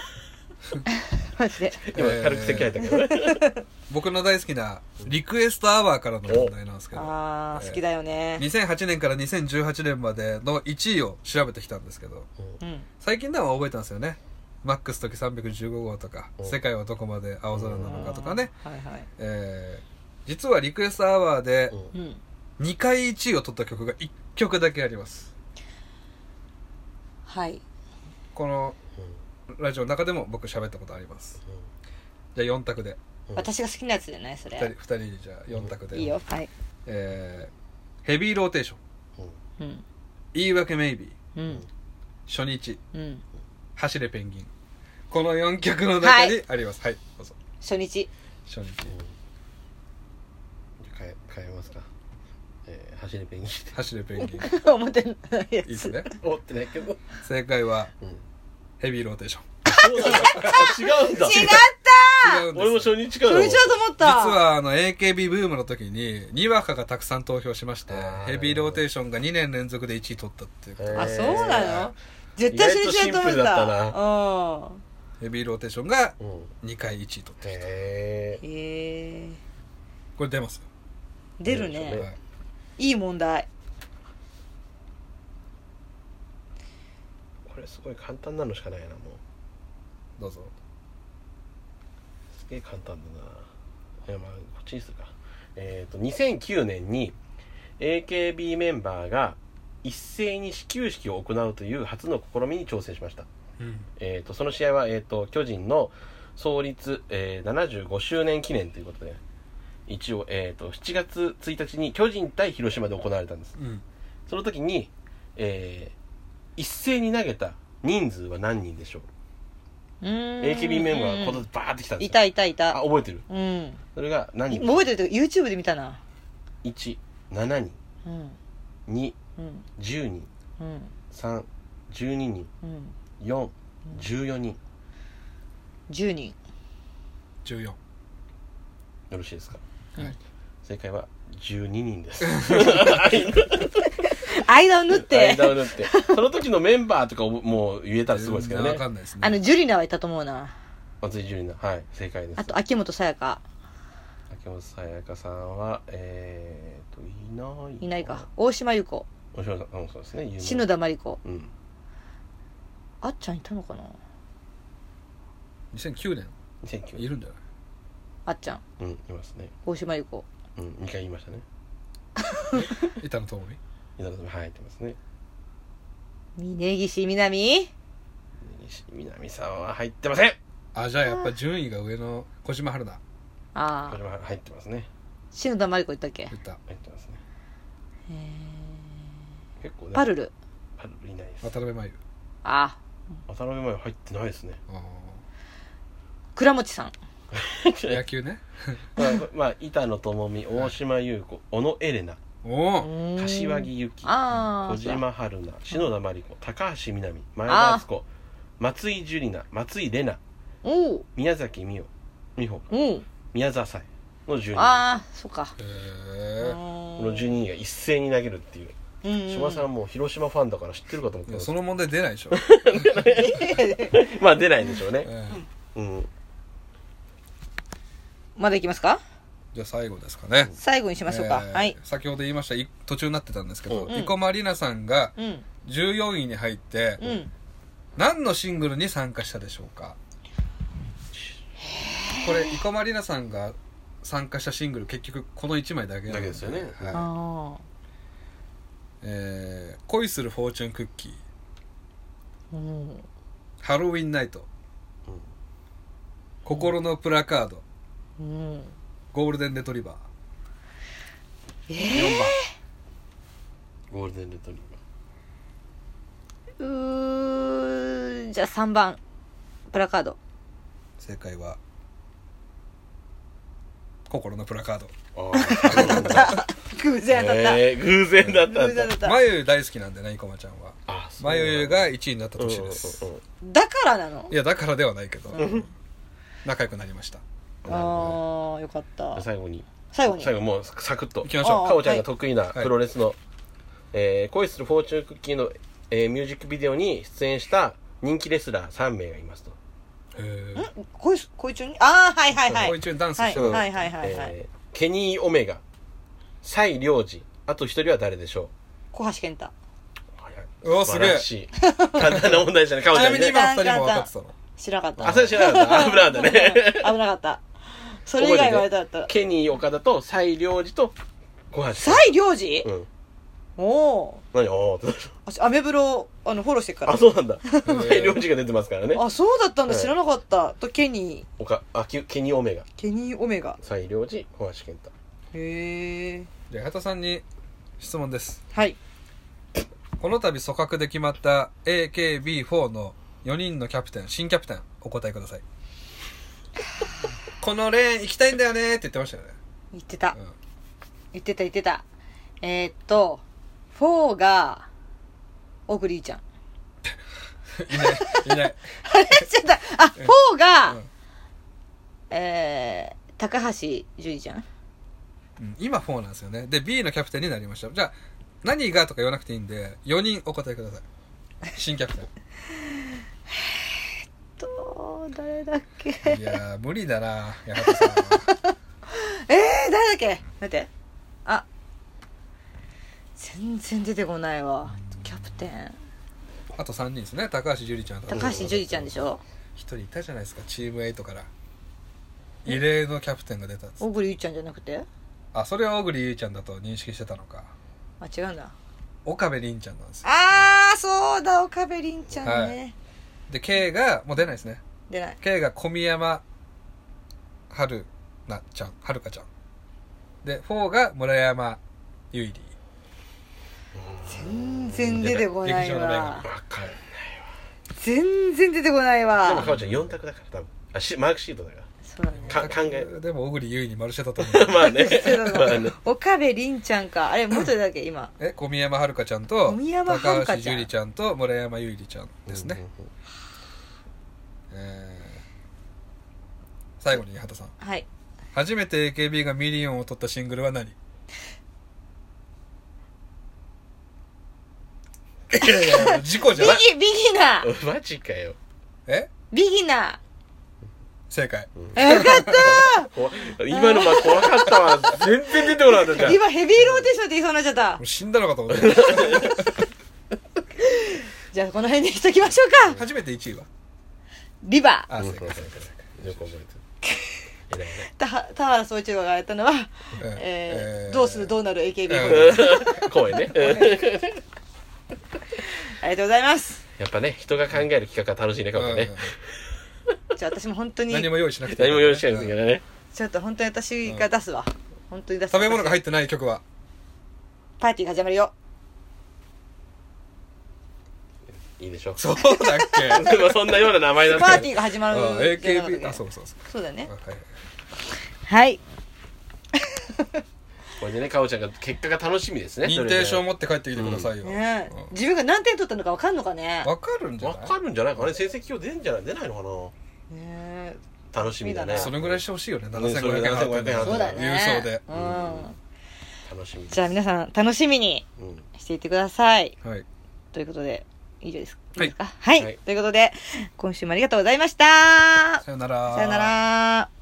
[SPEAKER 1] マジで
[SPEAKER 3] 今
[SPEAKER 2] えー
[SPEAKER 3] 軽く席入ったけどね、
[SPEAKER 2] 僕の大好きなリクエストアワーからの問題なんですけど
[SPEAKER 1] ああ
[SPEAKER 2] えー
[SPEAKER 1] 好きだよね
[SPEAKER 2] 2008年から2018年までの1位を調べてきたんですけど
[SPEAKER 1] うん
[SPEAKER 2] 最近では覚えたんですよねマックス時315号とか「
[SPEAKER 3] お
[SPEAKER 2] 世界はどこまで青空なのか」とかね、
[SPEAKER 1] はいはい
[SPEAKER 2] えー実はリクエストアワーで
[SPEAKER 3] うん
[SPEAKER 1] うん
[SPEAKER 2] 2回1位を取った曲が1曲だけあります
[SPEAKER 1] はい
[SPEAKER 2] このラジオの中でも僕喋ったことありますじゃあ4択で
[SPEAKER 3] うん
[SPEAKER 1] 私が好きなやつじゃないそ
[SPEAKER 2] 2, 人
[SPEAKER 1] れ
[SPEAKER 2] 二人にじゃあ4択で
[SPEAKER 1] いいよはい
[SPEAKER 2] えーヘビーローテーショ
[SPEAKER 1] う
[SPEAKER 2] ン
[SPEAKER 1] ん
[SPEAKER 2] 言い訳メイビー
[SPEAKER 1] うん
[SPEAKER 2] 初日
[SPEAKER 1] うん
[SPEAKER 2] 走れペンギンこの4曲の中にありますはい、どうぞ
[SPEAKER 1] 初日
[SPEAKER 2] 初日
[SPEAKER 3] 変え変えますか、えー、走りペンギンって
[SPEAKER 2] 走れペンギンい
[SPEAKER 1] 思ってないや
[SPEAKER 2] いです
[SPEAKER 1] つ
[SPEAKER 2] ね
[SPEAKER 3] おってないけど、
[SPEAKER 2] 正解は
[SPEAKER 3] うん、
[SPEAKER 2] ヘビーローテーション
[SPEAKER 4] そうなんだあ違うんだ
[SPEAKER 1] 違う
[SPEAKER 2] 違うんです
[SPEAKER 4] 俺も初日からだ
[SPEAKER 1] 初
[SPEAKER 4] もん
[SPEAKER 1] 日だと思っ
[SPEAKER 2] 実
[SPEAKER 1] た
[SPEAKER 2] はあの AKB ブームの時ににわかがたくさん投票しまして
[SPEAKER 3] あー
[SPEAKER 2] ヘビーローテーションが2年連続で1位取ったっていうこと
[SPEAKER 1] あそうなの絶対
[SPEAKER 3] 意
[SPEAKER 1] 初
[SPEAKER 3] 外と
[SPEAKER 1] 日だと思っ
[SPEAKER 3] シンプル
[SPEAKER 1] た
[SPEAKER 3] だった
[SPEAKER 1] うん
[SPEAKER 2] ヘビーローテーションが
[SPEAKER 3] うん
[SPEAKER 2] 2回1位取った
[SPEAKER 3] へえ
[SPEAKER 1] へえ
[SPEAKER 2] これ出ますよ、
[SPEAKER 1] 出る
[SPEAKER 3] 出る
[SPEAKER 1] ね
[SPEAKER 2] はい
[SPEAKER 1] いい問題
[SPEAKER 3] これすごい簡単なのしかないなもう
[SPEAKER 2] どうぞ
[SPEAKER 3] すげえ簡単だないやまあこっちにするかえっ、と2009年に AKB メンバーが一斉に始球式を行うという初の試みに挑戦しました
[SPEAKER 2] うん
[SPEAKER 3] えー、とその試合は、えー、と巨人の創立、えー、75周年記念ということで一応、えー、と7月1日に巨人対広島で行われたんです
[SPEAKER 2] うん
[SPEAKER 3] その時に、えー一斉に投げた人数は何人でしょう AKB
[SPEAKER 1] AKB
[SPEAKER 3] メンバーが今年バーってきたんですよ
[SPEAKER 1] いたいたい
[SPEAKER 3] あ
[SPEAKER 1] た
[SPEAKER 3] 覚えてる
[SPEAKER 1] うん
[SPEAKER 3] それが何人
[SPEAKER 1] 覚えてるけど YouTube で見たな
[SPEAKER 3] 1 7
[SPEAKER 1] うん
[SPEAKER 3] 人
[SPEAKER 1] うん
[SPEAKER 3] 210人
[SPEAKER 1] うん
[SPEAKER 3] 312人
[SPEAKER 1] うん
[SPEAKER 3] 4 14人
[SPEAKER 1] 10人
[SPEAKER 2] 14
[SPEAKER 3] よろしいですか、
[SPEAKER 1] はい
[SPEAKER 3] 正解は12 人です
[SPEAKER 1] 間を縫って
[SPEAKER 3] 間を縫ってその時のメンバーとかをもう言えたらすごいですけどね
[SPEAKER 2] わかんないですね
[SPEAKER 1] あのジュリナはいたと思うな
[SPEAKER 3] 松井純里奈はい正解です
[SPEAKER 1] あと秋元さやか
[SPEAKER 3] 秋元さやかさんはえー、といない
[SPEAKER 1] いないか大島優子
[SPEAKER 3] おしさんうんそうですね有名
[SPEAKER 1] 篠田真理子
[SPEAKER 3] うん
[SPEAKER 1] あっちゃんいたのかな
[SPEAKER 2] 2009年
[SPEAKER 3] 2009
[SPEAKER 2] いるんじゃない
[SPEAKER 1] あっちゃん
[SPEAKER 3] うんいますね
[SPEAKER 1] 大島優子
[SPEAKER 3] うん2回言いましたね
[SPEAKER 2] 板野友美
[SPEAKER 3] 稲田さんはい入ってますね
[SPEAKER 1] 峯岸みなみ
[SPEAKER 3] 西南さんは入ってません
[SPEAKER 2] あじゃあやっぱ順位が上の小島春菜
[SPEAKER 1] あ
[SPEAKER 3] こ
[SPEAKER 1] あ
[SPEAKER 3] れは入ってますね
[SPEAKER 1] 篠田真理子いたっけへ
[SPEAKER 2] 言った
[SPEAKER 3] 入ってますね
[SPEAKER 1] ー
[SPEAKER 3] 結構ね
[SPEAKER 1] パルル
[SPEAKER 3] パルルいないです
[SPEAKER 2] 渡辺真由
[SPEAKER 1] あ
[SPEAKER 3] 渡辺麻友入ってないです ね
[SPEAKER 2] あ
[SPEAKER 1] あ倉持さん
[SPEAKER 2] ー野球ね
[SPEAKER 3] まあ、まあ、板野友美大島優子小野エレナ
[SPEAKER 2] おお
[SPEAKER 3] 柏木由紀
[SPEAKER 1] ああ
[SPEAKER 3] 小島春菜篠田麻里子高橋みなみ前田敦子松井樹里奈松井玲奈
[SPEAKER 1] おう
[SPEAKER 3] 宮崎美桜美穂
[SPEAKER 1] おう
[SPEAKER 3] 宮沢さえの12人
[SPEAKER 1] ああそっか
[SPEAKER 2] へ
[SPEAKER 1] うー
[SPEAKER 2] え
[SPEAKER 1] ん
[SPEAKER 3] この12人が一斉に投げるっていう
[SPEAKER 1] うんうん
[SPEAKER 3] 芝さんもう広島ファンだから知ってるかと思っ
[SPEAKER 2] い
[SPEAKER 3] て
[SPEAKER 2] や
[SPEAKER 3] ま
[SPEAKER 2] その問題出ないでしょ、
[SPEAKER 3] まあ出ないでしょうね、
[SPEAKER 2] ええ
[SPEAKER 3] うん、
[SPEAKER 1] まだいきますか
[SPEAKER 2] じゃあ最後ですかね
[SPEAKER 1] 最後にしましょうか、
[SPEAKER 2] えー
[SPEAKER 1] はい
[SPEAKER 2] 先ほど言いましたい途中になってたんですけど、
[SPEAKER 3] うん
[SPEAKER 2] 生駒里奈さんが
[SPEAKER 1] うん
[SPEAKER 2] 14位に入って、
[SPEAKER 1] うん
[SPEAKER 2] 何のシングルに参加したでしょうかこれ生駒里奈さんが参加したシングル結局この1枚だけなん
[SPEAKER 3] だけですよね
[SPEAKER 2] はい
[SPEAKER 1] あ
[SPEAKER 2] えー恋するフォーチュンクッキー
[SPEAKER 1] あうん
[SPEAKER 2] ハロウィンナイト、
[SPEAKER 3] うん
[SPEAKER 2] 心のプラカード
[SPEAKER 1] うん
[SPEAKER 2] ゴールデンレトリバー
[SPEAKER 1] え
[SPEAKER 3] ゴールデンレトリバ
[SPEAKER 1] ー、うーじゃあ3番プラカード
[SPEAKER 2] 正解は心のプラカード
[SPEAKER 3] ーああそうなんだ
[SPEAKER 1] 偶然当たった、
[SPEAKER 3] えー偶然だった
[SPEAKER 1] 偶
[SPEAKER 3] んだ
[SPEAKER 1] 然当たった
[SPEAKER 2] 眉大好きなんでね生駒ちゃんは
[SPEAKER 3] あそうなんだ
[SPEAKER 2] 眉が1位になった年です、
[SPEAKER 3] うんうんうん
[SPEAKER 1] だからなの
[SPEAKER 2] いやだからではないけど、
[SPEAKER 1] うん
[SPEAKER 2] 仲良くなりました
[SPEAKER 1] ああよかった
[SPEAKER 3] 最後に
[SPEAKER 1] 最後に
[SPEAKER 3] 最後もうサクッと
[SPEAKER 2] 行きましょ
[SPEAKER 1] あ
[SPEAKER 2] う
[SPEAKER 1] あ
[SPEAKER 3] かおちゃんが得意な
[SPEAKER 2] はい
[SPEAKER 3] プロレスの、えー恋するフォーチュンクッキーの、えーミュージックビデオに出演した人気レスラー3名がいますと、
[SPEAKER 2] へー
[SPEAKER 1] こいこいちゅんにああはいはいは
[SPEAKER 2] こう
[SPEAKER 1] い
[SPEAKER 2] いうダンス
[SPEAKER 1] は
[SPEAKER 2] し
[SPEAKER 1] い
[SPEAKER 2] て
[SPEAKER 1] はい
[SPEAKER 2] る、
[SPEAKER 1] はいはいはい、
[SPEAKER 3] えーケニー・オメガ蔡良治あと一人は誰でしょ
[SPEAKER 1] 小橋健太
[SPEAKER 3] うはいはいう
[SPEAKER 2] わすげえ
[SPEAKER 3] 素晴らしい簡単な問題じゃないかお
[SPEAKER 2] ち
[SPEAKER 3] ち
[SPEAKER 2] な
[SPEAKER 3] ゃん
[SPEAKER 2] み
[SPEAKER 3] に
[SPEAKER 2] に今
[SPEAKER 3] ね
[SPEAKER 2] 2人も分かってたの
[SPEAKER 1] 知らなかった
[SPEAKER 3] あそれ知らなかった危なかったね
[SPEAKER 1] 危なかったそれ以外言われたらだったら
[SPEAKER 3] ケニー岡田と蔡良治と小橋
[SPEAKER 1] 蔡良治
[SPEAKER 3] うん
[SPEAKER 1] おお
[SPEAKER 3] 何おー
[SPEAKER 1] ー私アメブロあのフォローしてるから
[SPEAKER 3] あそうなん だ蔡良治が出てますからね
[SPEAKER 1] あそうだったんだ
[SPEAKER 3] はい
[SPEAKER 1] 知らなかったとケニー
[SPEAKER 3] おかあケケニー・オメガ
[SPEAKER 1] ケニーオメガ
[SPEAKER 3] 蔡良治小橋健太
[SPEAKER 1] へえ
[SPEAKER 2] じゃあ八幡さんに質問です
[SPEAKER 1] はい
[SPEAKER 2] この度組閣で決まった AKB4 の4人のキャプテン新キャプテンお答えく ださいこのレーン行きたいんだよねって言ってましたよね、
[SPEAKER 1] 言ってた
[SPEAKER 2] うん
[SPEAKER 1] 言ってた言ってたえーっと4がオグリーちゃん
[SPEAKER 2] いないいない
[SPEAKER 1] あれちょっとあ4が、
[SPEAKER 2] うん
[SPEAKER 1] えー、高橋樹里ちゃん
[SPEAKER 2] うん今4なんですよねで B のキャプテンになりましたじゃあ何がとか言わなくていいんで4人お答えください新キャプテ
[SPEAKER 1] と誰だっけ
[SPEAKER 2] ンいやー無理だな八幡さんは
[SPEAKER 1] えー、誰だっけ待ってあ全然出てこないわキャプテン
[SPEAKER 2] あと3人ですね高橋樹里ちゃんと
[SPEAKER 1] 高橋樹里ちゃんでしょ
[SPEAKER 2] 一人いたじゃないですかチーム8から異例のキャプテンが出たっつ
[SPEAKER 1] 小栗ゆいちゃんじゃなくて
[SPEAKER 2] あそれは小栗ゆいちゃんだと認識してたのか
[SPEAKER 1] あ違うんだ
[SPEAKER 2] 岡部凛ちゃんなんですよ
[SPEAKER 1] あーそうだ岡部凛ちゃんね、
[SPEAKER 2] はで K がもう出ないですね
[SPEAKER 1] 出ない
[SPEAKER 2] K が小宮山春菜ちゃんはるかちゃんで4が村山ゆいり
[SPEAKER 1] 全然出てこない
[SPEAKER 2] 劇場の女神
[SPEAKER 1] わ
[SPEAKER 3] わかる
[SPEAKER 1] 全然出てこない
[SPEAKER 3] でも
[SPEAKER 1] わ
[SPEAKER 3] かおちゃん4択だから多分あしマークシートだか
[SPEAKER 1] そうだね
[SPEAKER 3] らか考え
[SPEAKER 2] でも小栗ゆいに丸してたと思う
[SPEAKER 3] まあね
[SPEAKER 1] そうだ
[SPEAKER 3] まあ
[SPEAKER 1] ね
[SPEAKER 3] ね
[SPEAKER 1] 岡部凛ちゃんかあれ元だっけ今
[SPEAKER 2] え小宮山はるかちゃんと
[SPEAKER 1] 小宮山はる
[SPEAKER 2] 高
[SPEAKER 1] か
[SPEAKER 2] 橋
[SPEAKER 1] ちゃん
[SPEAKER 2] 樹里ちゃんと村山ゆいりちゃんですね、
[SPEAKER 3] うんうんうん
[SPEAKER 2] えー最後に畑さん
[SPEAKER 1] はい
[SPEAKER 2] 初めて AKB がミリオンを取ったシングルは 何いやいや事故じ
[SPEAKER 1] ビ
[SPEAKER 2] ゃない
[SPEAKER 1] ギビギナー
[SPEAKER 3] マジかよ
[SPEAKER 2] え
[SPEAKER 1] ビギナ
[SPEAKER 2] 正解
[SPEAKER 1] ーよか っ
[SPEAKER 3] 怖今のま怖かったわ全然出てこなかった
[SPEAKER 1] た
[SPEAKER 3] じゃん
[SPEAKER 1] 今ヘビーローテーションって言いそうになっちゃった
[SPEAKER 2] もう死んだのかと思って
[SPEAKER 1] じゃあこの辺にしときましょうか
[SPEAKER 2] 初めて1位は
[SPEAKER 1] リバー
[SPEAKER 2] あ
[SPEAKER 3] うん
[SPEAKER 2] 正
[SPEAKER 3] よく
[SPEAKER 2] 解
[SPEAKER 3] 覚えてる偉いね
[SPEAKER 1] 田田原総一郎がやったのは、
[SPEAKER 2] うん
[SPEAKER 1] えー
[SPEAKER 2] えー
[SPEAKER 1] どうするどうなる AKB、
[SPEAKER 2] うん
[SPEAKER 3] 怖いねうん
[SPEAKER 1] ありがとうございます
[SPEAKER 3] やっぱね人が考える企画は楽しいねかおちゃんね
[SPEAKER 1] じゃあ私も本当に
[SPEAKER 2] 何も用意しなくて
[SPEAKER 3] 何も用意してないんですけ
[SPEAKER 2] うん
[SPEAKER 3] どね
[SPEAKER 1] ちょっと本当に私が出すわ、本当に出す
[SPEAKER 2] 食べ物が入ってない曲は
[SPEAKER 1] パーティーが始まるよ
[SPEAKER 3] いいでしょう
[SPEAKER 2] そうだっけあ
[SPEAKER 3] まあそんなような名前だっ
[SPEAKER 1] パー
[SPEAKER 3] たけ
[SPEAKER 1] ティ
[SPEAKER 3] ど
[SPEAKER 1] ーが始まるよ
[SPEAKER 2] AKB あそうそうそう
[SPEAKER 1] そうだね
[SPEAKER 2] あはい
[SPEAKER 1] はい
[SPEAKER 3] これでねかおちゃんが結果が楽しみですね
[SPEAKER 2] 認定証を
[SPEAKER 3] も
[SPEAKER 2] 持って帰ってきてくださいよ
[SPEAKER 1] ねえ
[SPEAKER 2] うん
[SPEAKER 1] 自分が何点取ったのか分かんのかね
[SPEAKER 2] わかるんじゃ
[SPEAKER 3] わ
[SPEAKER 2] ない
[SPEAKER 3] かるんじゃないかね成績表出んじゃない出ないの
[SPEAKER 1] ねえ
[SPEAKER 3] かな楽しみだね
[SPEAKER 1] いいだな
[SPEAKER 2] それぐらいしてほしいよね
[SPEAKER 3] うんそれ
[SPEAKER 2] 7500円あったんだ
[SPEAKER 3] 7500円
[SPEAKER 1] そうだね
[SPEAKER 2] 郵送で
[SPEAKER 1] うん
[SPEAKER 3] 楽しみです
[SPEAKER 1] じゃあ皆さん楽しみに
[SPEAKER 3] うん
[SPEAKER 1] していってください。
[SPEAKER 2] はい。
[SPEAKER 1] ということで、以上です
[SPEAKER 2] はい
[SPEAKER 1] いいですかはい、
[SPEAKER 3] はい
[SPEAKER 1] ということで、今週もありがとうございました
[SPEAKER 2] さよなら。
[SPEAKER 1] さよなら。